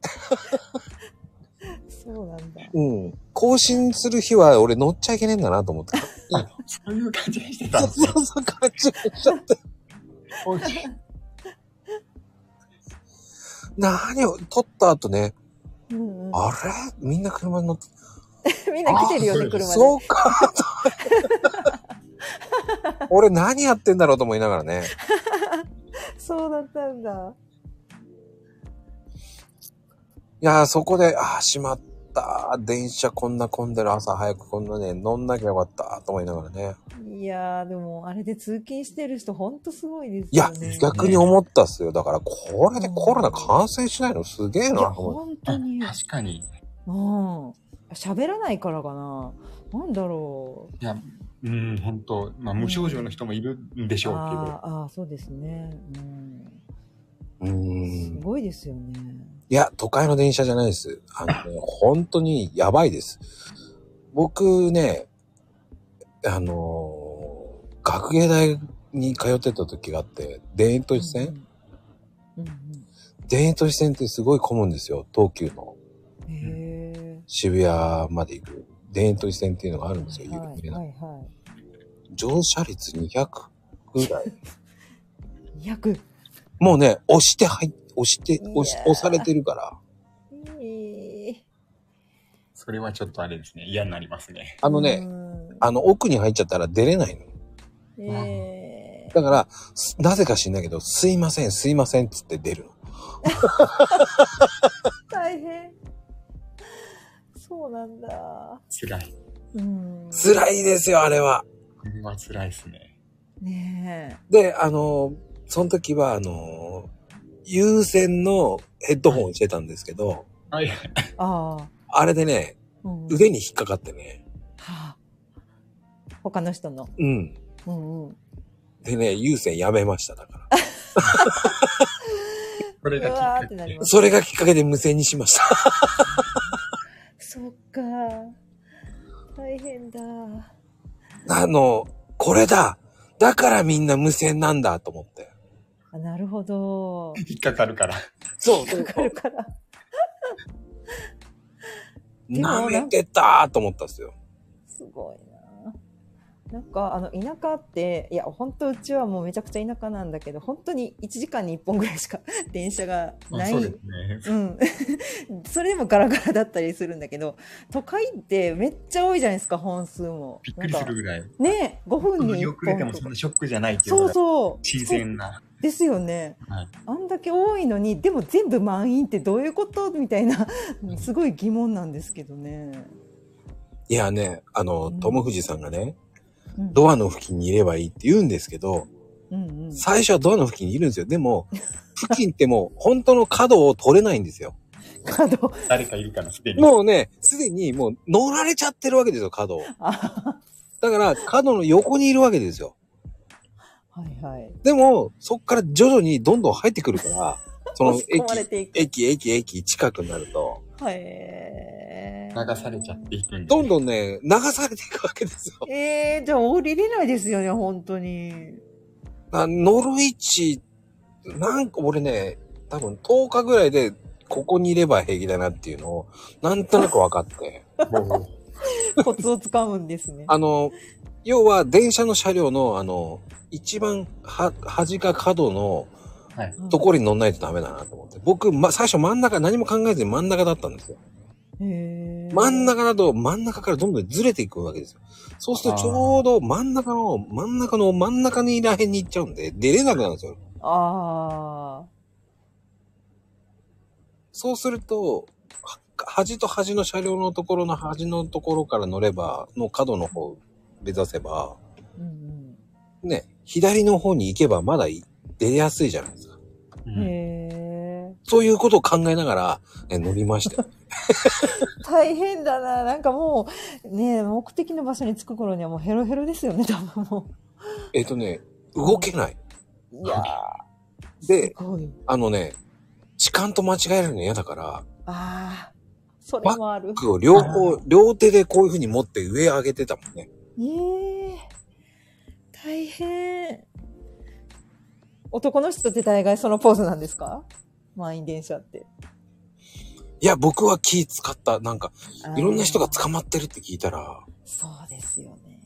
S4: そうなんだ。
S1: うん。更新する日は俺乗っちゃいけねえんだなと思って。
S2: そういう感じにしてた ん
S1: そ
S2: ですよ。
S1: うそう、勘違いしちゃって。 何を、撮った後ね、
S4: うんうん、
S1: あれみんな車に乗って、
S4: みんな来てるよね、
S2: あ
S4: 車で。
S1: そう かと。俺何やってんだろうと思いながらね。
S4: そうだったんだ。
S1: いやー、そこで、ああ、しまった。電車こんな混んでる朝早くこんなね、乗んなきゃよかったと思いながらね。
S4: いやー、でも、あれで通勤してる人、ほんとすごいです
S1: いや
S4: よね。、
S1: 逆に思ったっすよ。だから、これでコロナ感染しないのすげえ
S4: い
S1: な
S4: や、
S1: と思って。
S4: 本当に。
S2: 確かに。
S4: うん。喋らないからかな。なんだろう。
S2: いや、うん、本当まあ、無症状の人もいるんでしょうけど
S4: あ。ーあー、そうですね。
S1: う
S4: うん。
S1: ー
S4: す
S1: ん。
S4: ごいですよね。
S1: いや、都会の電車じゃないです。あの ね、本当にやばいです。僕ね、あのー学芸大に通ってた時があって、田園都市線、
S4: うんうん
S1: 田園都市線ってすごい混むんですよ。東急の
S4: うんへ
S1: 渋谷まで行く。田園都市線っていうのがあるんです
S4: え。
S1: よ。
S4: は
S1: 有
S4: い
S1: 名な
S4: はいは
S1: 乗車率200ぐらい。
S4: い。200。
S1: もうね、押して入っ、押して、押し
S4: いやー
S1: 押されてるから。
S4: いい
S2: それはちょっとあれですね。嫌になりますね。
S1: あのね、
S4: うん
S1: あの奥に入っちゃったら出れないの。
S4: え
S1: だから、すなぜか知んないけど、すいません、すいませんっつって出るの。
S4: ー、大変。そうなんだ。
S2: 辛い。
S4: うん。
S1: 辛いですよ、あれは。
S2: これは辛いですね。
S4: ね
S1: で、あのー、その時は、あのー、有線のヘッドホンしてたんですけど、
S2: はい。
S4: え。ああ。
S1: あれでね、
S4: うん
S1: 腕に引っかかってね。
S4: はあ他の人の。
S1: うん。
S4: うんうん。
S1: でね、有線やめました、だから。
S2: これ
S4: う
S2: がきっ
S4: わ
S2: か
S4: ーってなり
S2: け。
S4: ます。
S1: それがきっかけで無線にしました。
S4: そっか。大変だ。
S1: あの、これだだからみんな無線なんだと思って。
S4: あなるほど。
S2: 引っかかるから。
S1: そう、
S4: かかるから。でも
S1: 舐めてたーと思ったんですよ。
S4: すごいな。なんかあの田舎っていや本当うちはもうめちゃくちゃ田舎なんだけど本当に1時間に1本ぐらいしか 電車が
S2: まあ
S4: ない
S2: そうですね。
S4: うん、 それでもガラガラだったりするんだけど都会ってめっちゃ多いじゃないですか本数も
S2: びっくりする
S4: なんか
S2: ぐらい。
S4: ね5分
S2: 乗
S4: に
S2: り
S4: 1
S2: 遅れて
S4: 本
S2: も
S4: と
S2: そん
S4: か
S2: なショックじゃないっていうの
S4: そう
S2: が
S4: そう
S2: 新鮮な。
S4: ですよね、
S2: はい
S4: あんだけ多いのにでも全部満員ってどういうことみたいな
S2: ん
S4: すごい疑問なんですけどね、
S1: いやね、あの、
S4: うん
S1: トム・フジさんがね、
S4: うん、
S1: ドアの付近にいればいいって言うんですけど、
S4: うんうん
S1: 最初はドアの付近にいるんですよ。でも、付近ってもう本当の角を取れないんですよ。
S4: 角
S2: 誰かいるからすでに。
S1: もうね、すでにもう乗られちゃってるわけですよ、角を。
S4: あ
S1: だから、角の横にいるわけですよ。
S4: はいはい
S1: でも、そっから徐々にどんどん入ってくるから、その
S4: 押し込まれていく。
S1: 駅、駅、駅、駅近くになると、
S4: はい。
S2: 流されちゃっていくんで。
S1: どんどんね、流されていくわけですよ。
S4: えー、じゃあ降りれないですよね、本当に。
S1: あ乗る位置、なんか俺ね、多分10日ぐらいでここにいれば平気だなっていうのを、なんとなく分かって。
S2: もう
S4: コツをつかむんですね。
S1: あの、要は電車の車両の、あの、一番は端か角の
S4: うん
S1: ところに乗んないとダメだなと思って。僕、ま、最初真ん中何も考えずに真ん中だったんですよ。
S4: へー
S1: 真ん中だと真ん中からどんどんずれていくわけですよ。そうするとちょうど真ん中の、真ん中の真ん中にいらへんに行っちゃうんで、出れなくなるんですよ。
S4: あ
S1: そうすると、は端と端の車両のところの端のところから乗れば、の角の方目指せば、
S4: あ。うん
S1: ね、左の方に行けばまだい出やすいじゃないですか。
S2: う
S4: うん。
S2: ん
S4: へえ。
S1: そういうことを考えながら、え乗りました よ。
S4: 大変だな。なんかもう、ねえ目的の場所に着く頃にはもうヘロヘロですよね、多分も
S1: えっとね、動けない。
S4: う。いやー
S1: です
S4: ごい。
S1: あのね、時間と間違えるの嫌だから、
S4: ああ、
S5: それもある。
S1: 僕を両方、両手でこういう風に持って上上げてたもんね。
S4: ええ大変。男の人って大概そのポーズなんですか満員電車って。
S1: いや、僕は気使った。なんか、いろんな人が
S4: あー
S1: 捕まってるって聞いたら、
S4: そうですよね。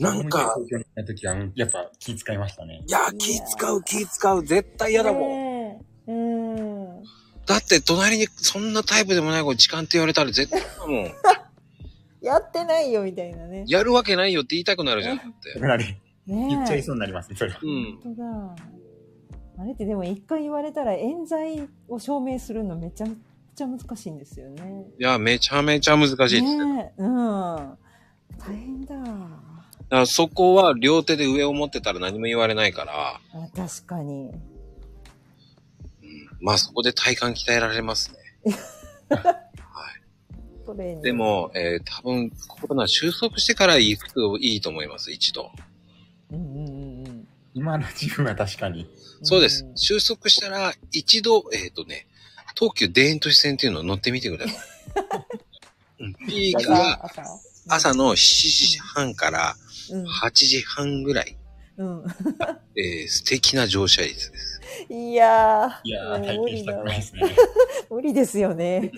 S1: なんか、
S2: 東京に行った時は、うんやっぱ気遣いましたね。
S1: いや、気使う、気使う、絶対嫌だもん。
S4: ねえうん。
S1: だって隣にそんなタイプでもない子に痴漢って言われたら絶対だもん。
S4: やってないよみたいなね。
S1: やるわけないよって言いたくなるじゃん。だって。
S2: あれ、
S4: ねえ
S2: 言っちゃいそうになりますね、それは。
S1: うん。
S4: 本当だ。あれってでも一回言われたら冤罪を証明するのめちゃめちゃ難しいんですよね。
S1: いや、めちゃめちゃ難しいです。
S4: ねえうん。大変だ。
S1: だからそこは両手で上を持ってたら何も言われないから、
S4: あ確かに。
S1: うん、まあそこで体幹鍛えられますね。
S4: トレーニング
S1: で、も、えー、多分コロナ収束してからいい服をいいと思います、一度。
S4: うんうんうんうん、
S2: 今の自分は確かに。
S1: そうです。収束したら一度、えっ、とね、東急田園都市線っていうのを乗ってみてください。うんピーク
S4: 朝
S1: が
S4: 朝
S1: 朝の7時半から
S4: うん
S1: 8時半ぐらい、
S4: うん
S1: えー素敵な乗車率です。
S4: いやー
S2: いやー、体
S4: もう
S2: 験
S4: 無理
S2: した
S4: だ
S2: くないですね。
S4: 無理ですよね。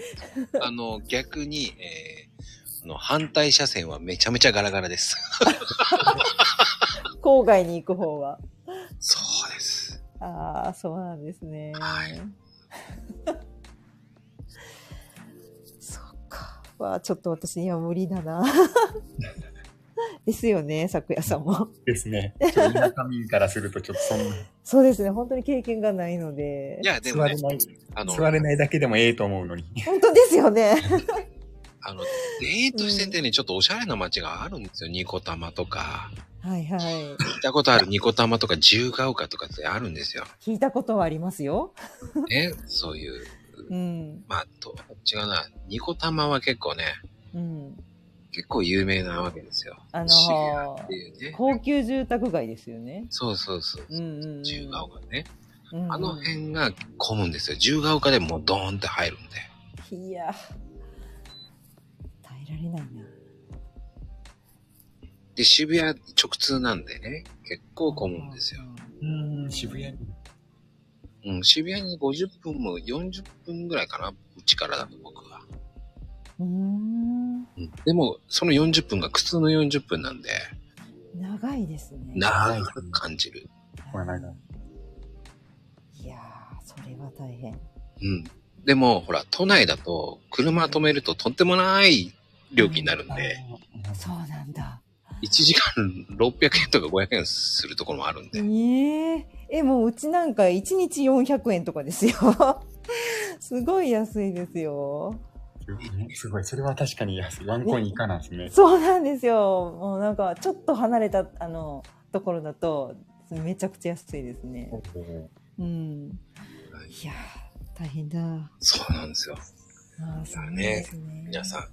S1: あの、逆に、えーあの反対車線はめちゃめちゃガラガラです。
S4: 郊外に行く方は。
S1: そうです。
S4: ああ、そうなんですね。
S1: はい
S4: そっか。わあ、ちょっと私には無理だな。ですよね、咲夜さんも。
S2: ですね。 ちょっと田舎民からすると、ちょっとそんな、
S4: そうですね、本当に経験がないので。
S1: いや、でも
S2: 座
S1: ね
S2: れ、ない、
S1: あの、
S2: 座れないだけでもええと思うのに。
S4: 本当ですよね。
S1: あの、田園都市線ってね、ちょっとおしゃれな街があるんですよ。ニコタマとか、
S4: はいは
S1: 行ったことあるニコタマとか自由が丘とかってあるんですよ。
S4: い。聞いたことはありますよ。
S1: ね、そういう。
S4: うん。
S1: まあ、と、違うな。ニコタマは結構ね、
S4: うん。
S1: 結構有名なわけですよ。
S4: あの
S1: シゲアっていうね。
S4: 高級住宅街ですよね。
S1: そうそうそう。
S4: うんうん、うん。
S1: 自由が丘ね。
S4: うんうん
S1: あの辺が混むんですよ。自由が丘でもうドーンって入るんで。
S4: いや、耐えられないな。
S1: で、渋谷直通なんでね、結構混むんですよ。
S2: うん、渋谷に。
S1: うん、渋谷に50分も40分ぐらいかな、うちからだと僕は。
S4: うーん、
S1: うん、でも、その40分が苦痛の40分なんで、
S4: 長いですね。
S1: 長く感じる。
S2: まあなんか
S4: いやー、それは大変。
S1: うん。でも、ほら、都内だと、車止めるととんでもない料金になるんで、
S4: そうなんだ。
S1: 1時間600円とか500円するところもあるん
S4: え
S1: で、
S4: ええ、もううちなんか1日400円とかですよ。すごい安いですよ。
S2: すごい、それは確かに安い。ワンコイン以下なんですね。
S4: そうなんですよ。もうなんか、ちょっと離れた、あの、ところだと、めちゃくちゃ安いですね。うん。いやー、大変だ。
S1: そうなんですよ。
S4: ああ、そうなん
S1: ね
S4: ですね。
S1: 皆さん。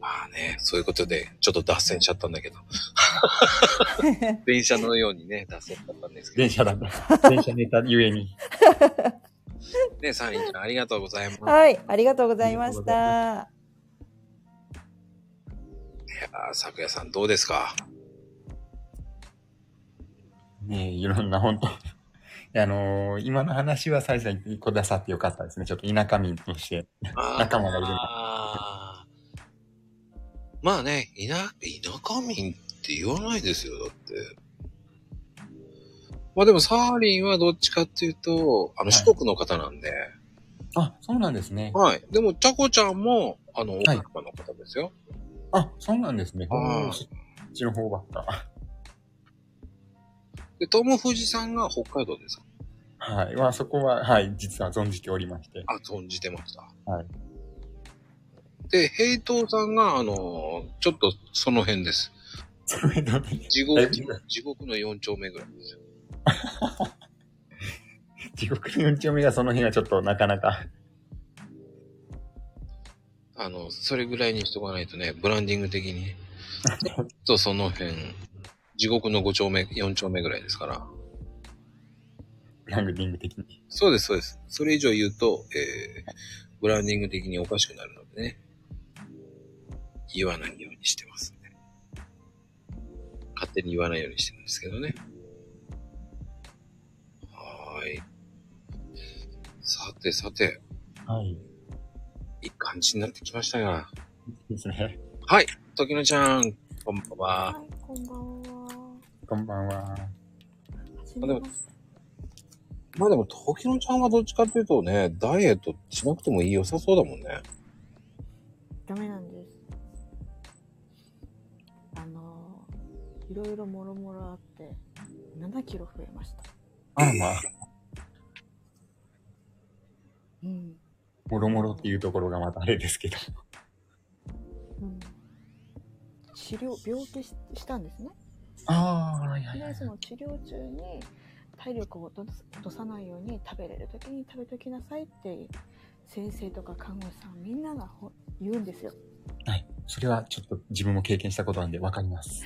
S1: まあね、そういうことで、ちょっと脱線しちゃったんだけど、電車のようにね、脱線しちゃったんですけど。
S2: 電車だった。電車ネタゆえに。
S1: ね、サリンちゃん、ありがとうございます。い
S4: はい、ありがとうございました。
S1: やー、咲夜さん、どうですか
S2: ねえ、いろんな、本当あのー今の話はサイさんにくださってよかったですね。ちょっと田舎民として。
S1: あー
S2: 仲間がいるの
S1: まあね、田、田舎民って言わないですよ、だって。まあでも、サーリンはどっちかっていうと、あの、
S2: はい
S1: 四国の方なんで、
S2: あ、そうなんですね。
S1: はい。でも、ちゃこちゃんも、あの、大
S2: はい
S1: 阪の方ですよ。
S2: あ、そうなんですね。
S1: あー
S2: そっちの方ばっか。
S1: で、トム・フジさんが北海道ですか
S2: はい。まあそこは、はい、実は存じておりまして。
S1: あ、存じてました。
S2: はい。
S1: で、平等さんが、あの、ちょっとその辺です。
S2: それで
S1: 地獄
S2: え、
S1: 地獄の4丁目ぐらいですよ。
S2: 地獄の四丁目がその辺はちょっとなかなか。
S1: あの、それぐらいにしとかないとね、ブランディング的に。ちょっとその辺、地獄の5丁目、4丁目ぐらいですから。
S2: ブランディング的に。
S1: そうです、そうです。それ以上言うと、えー、ブランディング的におかしくなるのでね。言わないようにしてます、ね。勝手に言わないようにしてるんですけどね。はーい。さてさて、
S2: はい。
S1: いい感じになってきましたが。
S2: ですね。
S1: はい、時野ちゃん、こんばんは。
S6: はい、こんばんは。
S2: こんばんは。
S6: はじめまして
S1: まあでも、時野ちゃんはどっちかっていうとね、ダイエットしなくてもいい良さそうだもんね。
S6: ダメなんです。あのー、いろいろもろもろあって、7キロ増えました。
S2: まあまあ、
S6: うん。
S2: もろもろっていうところがまたあれですけど。
S6: うん、治療、病気ししたんですね。
S2: ああ、はい
S6: で、その治療中に体力を落とす落とさないように食べれる時に食べときなさいって、先生とか看護師さんみんながほ言うんですよ。
S2: はい。それはちょっと自分も経験したことなんでわかります。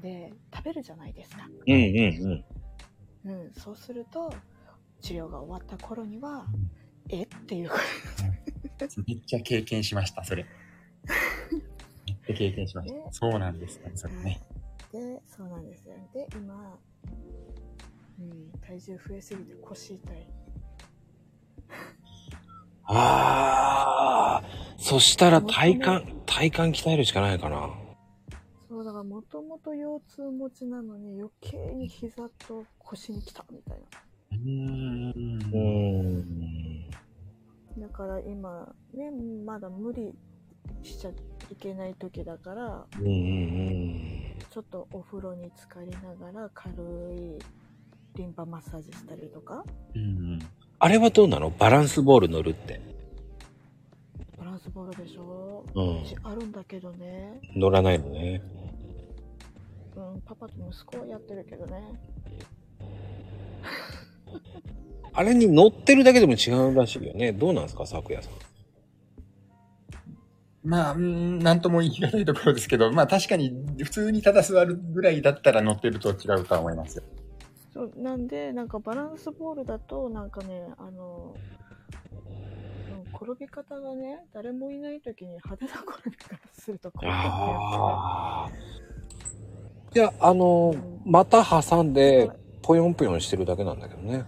S6: で、食べるじゃないですか。
S1: うんうんうん。
S6: うん、そうすると治療が終わった頃には、
S2: ん
S6: えっていう声
S2: めっちゃ経験しました、それ。めっちゃ経験しました。そうなんですね、それね。
S6: でそうなんですよで今、うん、体重増えすぎて腰痛い
S1: ああ、そしたら体幹、体幹鍛えるしかないかな。
S6: そうだからもともと腰痛持ちなのに余計に膝と腰に来たみたい
S2: うん。
S1: ん。
S6: なだから今ねまだ無理しちゃいけない時だから
S1: うんうんうん。
S6: ちょっとお風呂に浸かりながら軽いリンパマッサージしたりとか
S2: うん。
S1: あれはどうなのバランスボール乗るって。
S6: バランスボールでしょ
S1: うん
S6: うちあるんだけどね
S1: 乗らないのね。
S6: うん、パパと息子はやってるけどね。
S1: あれに乗ってるだけでも違うらしいよね。どうなんですか、昨夜さん。
S2: まあ、うんなんとも言い難いところですけど、まあ確かに普通にただ座るぐらいだったら乗ってると違うとは思いますよ。
S6: そうなんで、なんかバランスボールだと、なんかね、あの、うん転び方がね、誰もいない時に派手な転び方すると転ぶってや
S1: ああ。いや、あの、また挟んで、ぽよんぽよんしてるだけなんだけどね。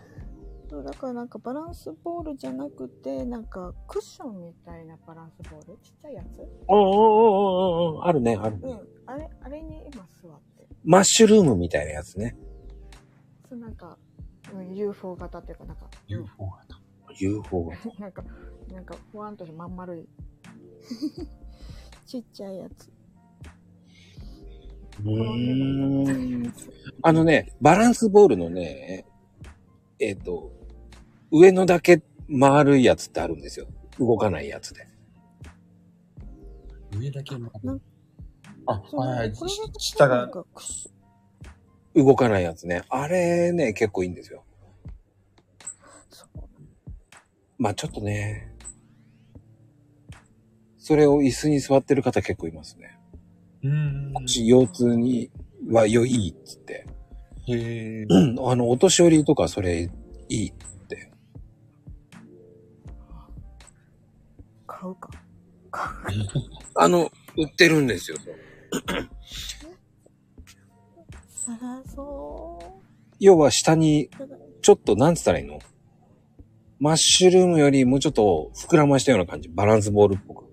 S6: つそう、だからなんかバランスボールじゃなくて、なんかクッションみたいなバランスボールちっちゃいやつ
S1: うんうんうんうんうん。あるね、あるね
S6: うん。あれ、あれに今座って。
S1: マッシュルームみたいなやつね。
S6: そう、なんか、うん、UFO 型っていうか、なんか、
S2: UFO が。
S1: UFO が。
S6: なんか、なんか、ふわんとしてまん丸い。 ちっちゃいやつ。
S1: う
S6: 転
S1: ーん。
S6: んでも痛くないやつ
S1: あのね、バランスボールのね、えっ、と、上のだけ丸いやつってあるんですよ。動かないやつで。
S2: 上だけも
S6: なん。
S2: あ、はい、
S6: これが
S2: 下
S6: なん
S2: が。
S6: かクッション
S1: 動かないやつね。あれね、結構いいんですよ。
S6: そう
S1: まあちょっとね、それを椅子に座ってる方結構いますね。
S2: うん。
S1: 腰腰痛には良いっつって。
S2: へえ。
S1: うんあの、お年寄りとかそれいい。
S6: 買うか。
S1: あの、売ってるんですよ。
S6: さらそ
S1: 要は下に
S6: う。ただ
S1: ちょっと、なんつったらいいのマッシュルームよりもうちょっと膨らましたような感じ。バランスボールっぽく。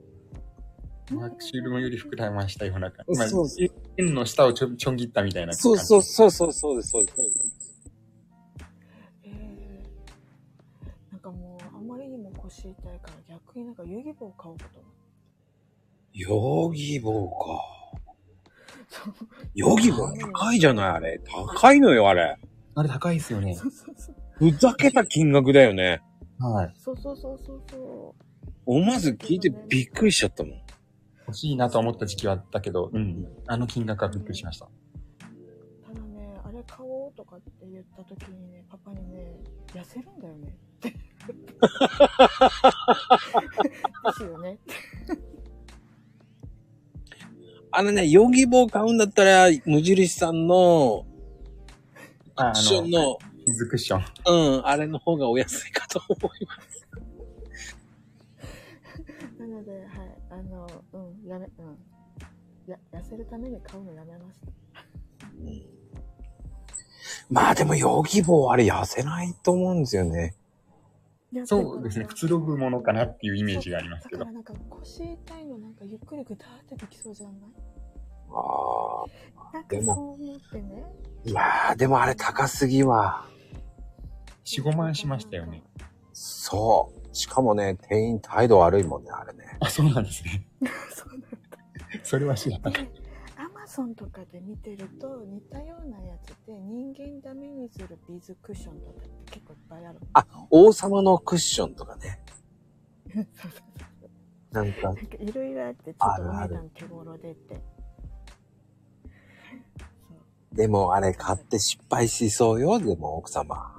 S2: マックシュルムより膨らましたような感
S1: そう
S2: じ。まあ
S1: そう
S2: 円の下をちょちょん切ったみたいな感じ。
S1: そうそうそうそうそうです、そうです。
S6: えーなんかもう、あまりにも腰痛いから逆になんか遊戯棒買おうかと思って
S1: ヨギボーか。
S6: そう
S1: ヨギボー高いじゃない、あれ。高いのよ、あれ。
S2: あれ高いですよね。
S6: そうそう
S1: ふざけた金額だよね。
S2: はい。
S6: そうそうそうそうそう。
S1: 思わず聞いてびっくりしちゃったもん。
S2: 欲しいなと思った時期はあったけど、うん。あの金額はびっくりしました。
S6: ただね、あれ買おうととかって言った時にね、パパにね、痩せるんだよね って。ですよね。
S1: あのね、ヨギボー買うんだったら、無印さんの、
S2: ああ
S1: クッション
S2: の、
S1: の、
S2: キズクッション。
S1: うん、あれの方がお安いかと思います。
S6: なので、はい、あの、うん、やめ、うん。や、痩せるために買うのやめました。
S1: まあでも、ヨギボーあれ痩せないと思うんですよね。
S6: やっぱり
S2: そうですね。くつろぐものかなっていうイメージがありますけど
S6: だか。らなんか腰痛いのなんかゆっくりぐたーってできそうじゃない
S1: ああ。
S6: なんか
S1: でも
S6: そう思ってね。
S1: いやー、でもあれ高すぎは。
S2: 4、5万しましたよね。
S1: そう。しかもね、店員態度悪いもんね、あれね。
S2: あ、そうなんですね。
S6: そう
S2: それは知らなかっ
S6: で、アマゾンとかで見てると似たようなやつで人間ダメにするビーズクッションとかって結構いっぱいある。
S1: あ、王様のクッションとかね。なんか、
S6: なんかいろいろあってちょっとお値段手頃でって。
S1: でもあれ買って失敗しそうよ、でも奥様。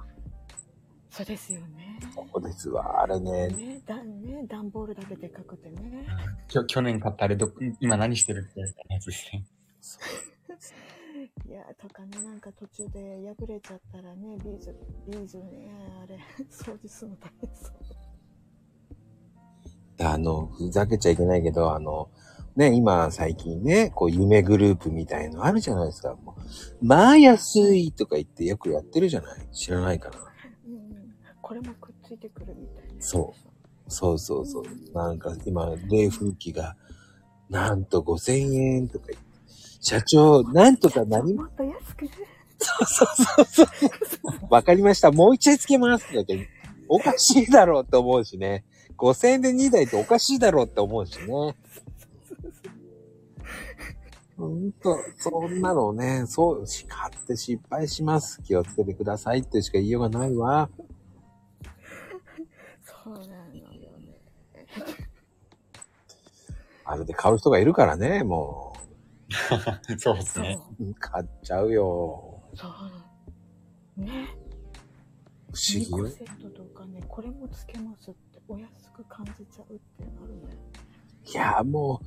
S6: そうそうですよね。
S1: そうですわ、あれね。
S6: ね、だね、段ボールだけでかくてね。
S2: た。きょ去年買ったあれど、今何してるってやつですね。
S6: いや、とかね、なんか途中で破れちゃったらね、ビーズ、ビーズね、あれ、 掃除するの大変そう。
S1: あの、ふざけちゃいけないけど、あの、ね、今最近ね、こう夢グループみたいのあるじゃないですか。もうまあ安いとか言ってよくやってるじゃない知らないかな。
S6: うんうん、これもくっついてくるみたいな。
S1: そそうそうそう。なんか今、冷風機が、なんと5000円とか言って、社長、なんとかなりま
S6: もっと安くね。
S1: そうそうそう。わかりました。もう一台つけますとか言って。おかしいだろうって思うしね。5000円で2台っておかしいだろうって思うしね。ほんと、そんなのね、そう、叱って失敗します。気をつけてくださいってしか言いようがないわ。
S6: そうなのよね。
S1: あれで買う人がいるからね、も
S2: そうです
S6: そう
S2: ね。。
S1: う。買っちゃうよ。
S6: そう。ね。
S1: 不思
S6: 2
S1: 議よ
S6: 個。セットとかね、これもつけますって、お安く感じちゃうってなるのよ。
S1: いや、もう、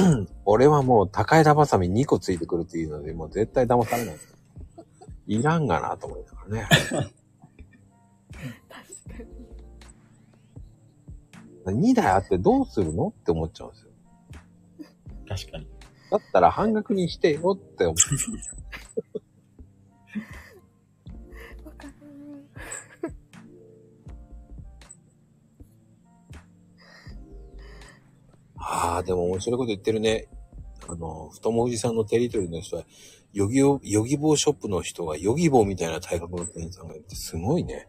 S1: 俺はもう高枝バサミ2個ついてくるっていうので、もう絶対騙されない。いらんがなと思いながらね。
S6: 確かに。
S1: 2台あってどうするのって思っちゃうんですよ。
S2: 確かに。
S1: だったら半額にしてよって思う。
S6: わかる。
S1: ああ、でも面白いこと言ってるね。あの、太もふじさんのテリトリーの人は、ヨギを、ヨギ棒ショップの人がヨギ棒みたいな体格の店員さんがいるってすごいね。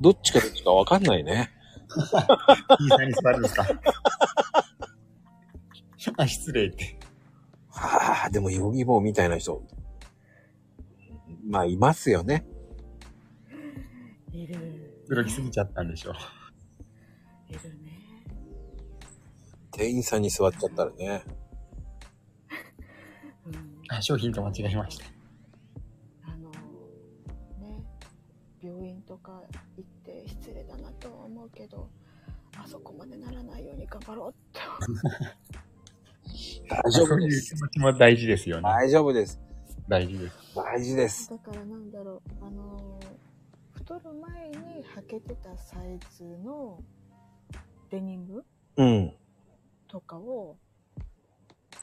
S1: どっちかどっちかわかんないね。
S2: T さんに座るんですか あ、失礼って。
S1: ああ、でもヨギ棒みたいな人。まあ、いますよね。
S6: いる。
S2: 驚きすぎちゃったんでしょう。
S6: いるね。
S1: 店員さんに座っちゃったらね。
S6: うん。
S2: あ、商品と間違えました。
S6: あの、ね、病院とか行って失礼だなとは思うけど、あそこまでならないように頑張ろうって思う。
S1: 大丈
S2: そ
S1: 夫
S2: うい
S1: で
S2: う
S1: す
S2: 気。持ちも大事ですよね。
S1: 大丈夫です。
S2: 大事です。
S1: 大事です。
S6: だからなんだろう、あのー太る前に履けてたサイズのデニム
S1: うん。
S6: とかを、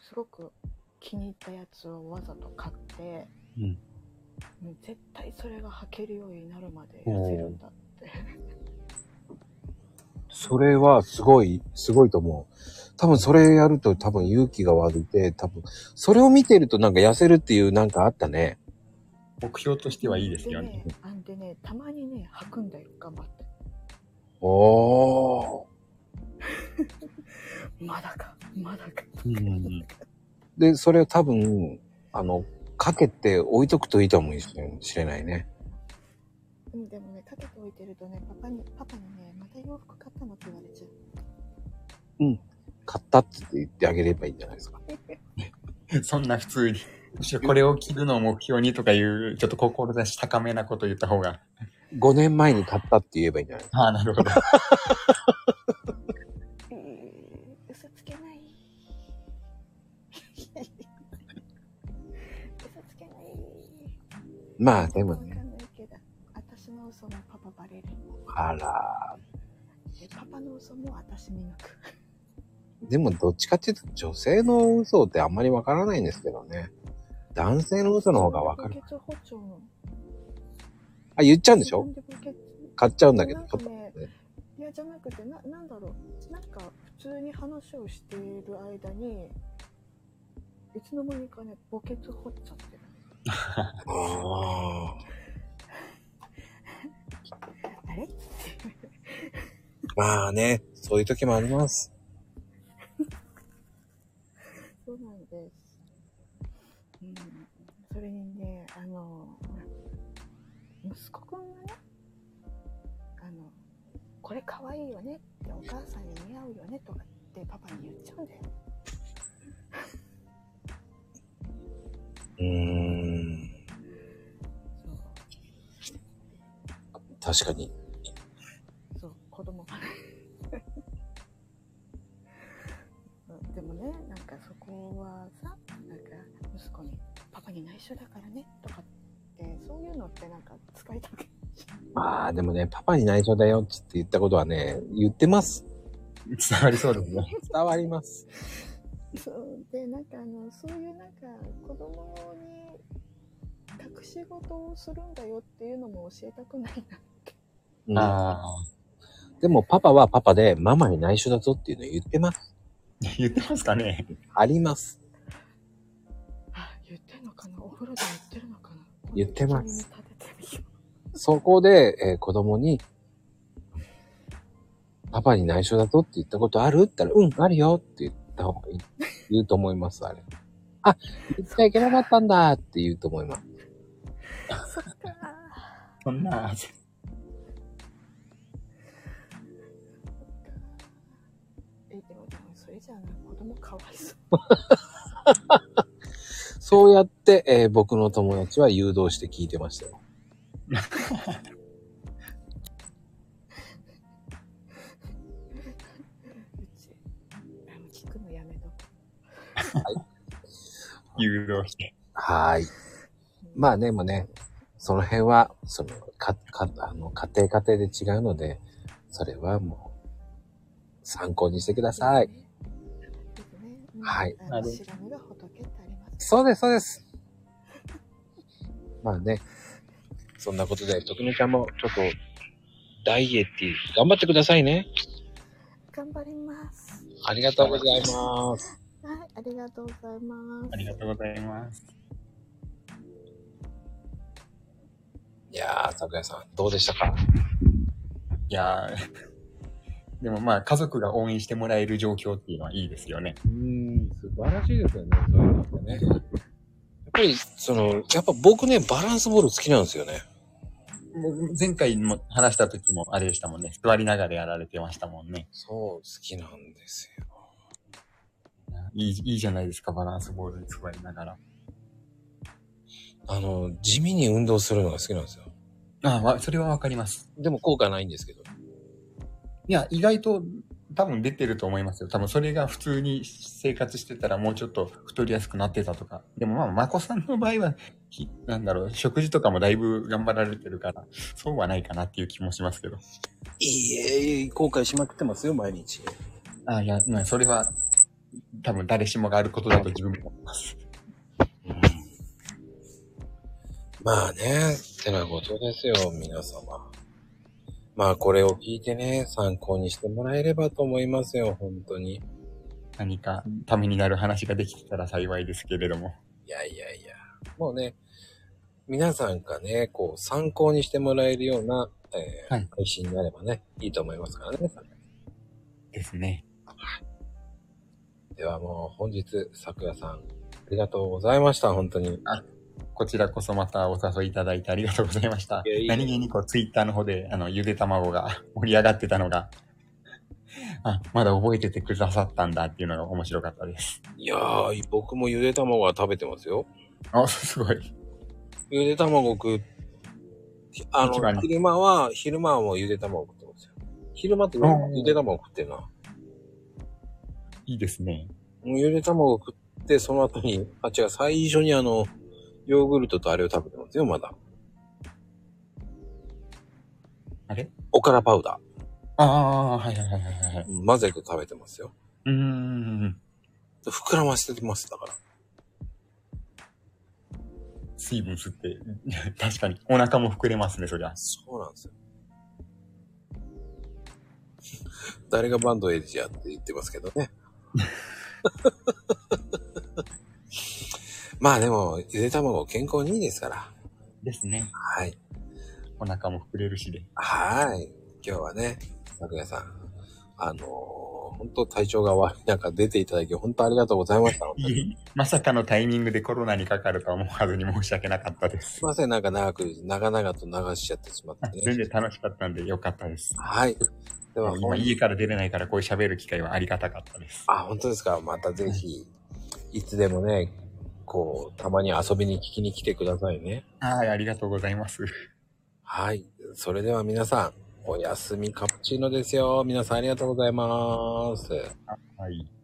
S6: すごく気に入ったやつをわざと買って、
S2: うん
S6: もう絶対それが履けるようになるまで痩せるんだって。
S1: それはすごい、すごいと思う。多分それやると多分勇気が湧いて、多分、それを見てるとなんか痩せるっていうなんかあったね。
S2: 目標としてはいいですよね。
S6: で。あんでね、たまにね、履くんだよ、頑張って。
S1: おー。
S6: まだか、まだか。
S2: うんうんうん
S1: で、それを多分、あの、かけて置いとくといいと思うかもしれないね。
S6: うん、でもね、かけておいてるとね、パパに、パパにね、また洋服買ったのって言われちゃう。
S1: 買ったって言ってあげればいいんじゃないですか。
S2: そんな普通に。むしろこれを着るのを目標にとかいう、ちょっと志高めなこと言った方が。
S1: 5年前に買ったって言えばいいんじゃない
S2: ああ、なるほど。
S6: うーん嘘つけ ない。嘘つけない。
S1: まあ、でも
S6: わ
S1: ね。
S6: かんないけど私の嘘もパパバレる。
S1: あら。
S6: でパパの嘘も私に抜く。
S1: でも、どっちかっていうと、女性の嘘ってあんまりわからないんですけどね。男性の嘘の方がわかる。
S6: 高血包丁の。
S1: あ、言っちゃうんでし
S6: 自
S1: ょ
S6: 分高血
S1: 買っちゃうんだけど
S6: なん。かねいやじゃなくてななんだろうなんか普通に話をしている間にいつの間にかね墓穴掘っちゃってる
S1: あ
S6: あれ
S1: あ。まあね、そういう時もあります。
S6: そうなんです、うん、それにねあの息子くんがねあのこれ可愛いよねってお母さんに似合うよねとかってパパに言っちゃうんだよ
S1: うーん。確かに。
S6: そう、子供が。うんでもね、なんかそこはさ、なんか息子に、パパに内緒だからね、とかって、そういうのってなんか使いたく
S1: まあ、でもね、パパに内緒だよっつって言ったことはね、言ってます。
S2: 伝わりそうですね。
S1: 伝わります。
S6: そう、で、なんかあの、そういうなんか子供に隠し事をするんだよっていうのも教えたくないな。
S2: あ
S1: でも、パパはパパで、ママに内緒だぞっていうの言ってます。
S2: あ、言ってますかね。
S1: あります。
S6: あ、言ってんのかなお風呂で言ってるのかな
S1: 言ってます。
S6: 今度君に立ててみよ
S1: そこで、えー子供に、パパに内緒だぞって言ったことあるって言ったら、うん、あるよって言った方がいい。言うと思います、あれ。あ、言っちゃいけなかったんだって言うと思います。
S6: うそっか
S2: そんな、
S6: え、でもでもそれじゃあな、子供かわいそう。
S1: そうやって、えー僕の友達は誘導して聞いてましたよ。
S6: うち、あの、聞くのやめとく。
S2: 誘導して。
S1: はーい。まあでもね、その辺は、その、か、か、あの、家庭家庭で違うので、それはもう、参考にしてください。
S6: ですね。うん
S1: はい。
S6: あの、しがみが仏ってあります。
S1: そうです、そうです。まあね、そんなことで、徳美ちゃんも、ちょっと、ダイエティ、頑張ってくださいね。
S6: 頑張ります。
S1: ありがとうございます。
S6: はい、ありがとうございます。
S2: ありがとうございます。
S1: いやー、桜井さん、どうでしたか
S2: いやー、でもまあ、家族が応援してもらえる状況っていうのはいいですよね。
S1: うん、素晴らしいですよね、そういうのってね。やっぱり、その、やっぱ僕ね、バランスボール好きなんですよね。
S2: もう前回も話した時もあれでしたもんね。座りながらやられてましたもんね。
S1: そう、好きなんですよ。
S2: いい、いいじゃないですか、バランスボールに座りながら。
S1: あの、地味に運動するのが好きなんですよ。
S2: ああ、わそれはわかります。
S1: でも効果ないんですけど。
S2: いや、意外と多分出てると思いますよ。多分それが普通に生活してたらもうちょっと太りやすくなってたとか。でもまあ、まこさんの場合は、ひなんだろう、食事とかもだいぶ頑張られてるから、そうはないかなっていう気もしますけど。
S1: いえいえ、後悔しまくってますよ、毎日。
S2: ああ、いや、まあ、それは多分誰しもがあることだと自分も思います。
S1: まあね、ってなことですよ、皆様。まあこれを聞いてね、参考にしてもらえればと思いますよ、本当に。
S2: 何かためになる話ができてたら幸いですけれども。
S1: いやいやいや。もうね、皆さんがね、こう、参考にしてもらえるような、えー
S2: はい
S1: 配信になればね、いいと思いますからね。
S2: ですね。
S1: ではもう本日、桜さん、ありがとうございました、本当に。
S2: こちらこそまたお誘いいただいてありがとうございました
S1: いやい。い
S2: 何気にこうツイッターの方で、あの、ゆで卵が盛り上がってたのが、あ、まだ覚えててくださったんだっていうのが面白かったです。
S1: いやー、僕もゆで卵は食べてますよ。
S2: あ、すごい。
S1: ゆで卵食う。あ
S2: 一番
S1: の、
S2: に
S1: 昼間は、昼間はもうゆで卵食ってますよ。昼間ってみんな
S2: うん
S1: ゆで卵食ってるな。も
S2: いいですね。
S1: うゆで卵食って、その後に、あ、違う、最初にあの、ヨーグルトとあれを食べてますよ、まだ。
S2: あれ
S1: おからパウダ
S2: ああ、はいはいはいはいはい。
S1: ー。うん混ぜて食べてますよ。
S2: うーん。
S1: 膨らませてます、だから。
S2: 水分吸って、 確かに。お腹も膨れますね、そりゃ。
S1: そうなんですよ。誰がバンドエッジやって言ってますけど ね。まあでも、ゆで卵健康にいいですから。
S2: ですね。
S1: はい。
S2: お腹も膨れるしで。
S1: はい。今日はね、桜井さん。あのー、本当体調が悪い中出ていただき、本当ありがとうございました。
S2: いえいえまさかのタイミングでコロナにかかるとは思わずに申し訳なかったです。
S1: すいません、なんか長く、長々と流しちゃってしまって
S2: 全
S1: ね。
S2: 然楽しかったんでよかったです。
S1: はい。では、
S2: 今家から出れないからこういう喋る機会はありがたかったです。
S1: あ、本当ですか。またぜひ、いつでもね、こう、たまに遊びに聞きに来てくださいね。
S2: はい、ありがとうございます。
S1: はい。それでは皆さん、おやすみカプチーノですよ。皆さんありがとうございます。
S2: はい。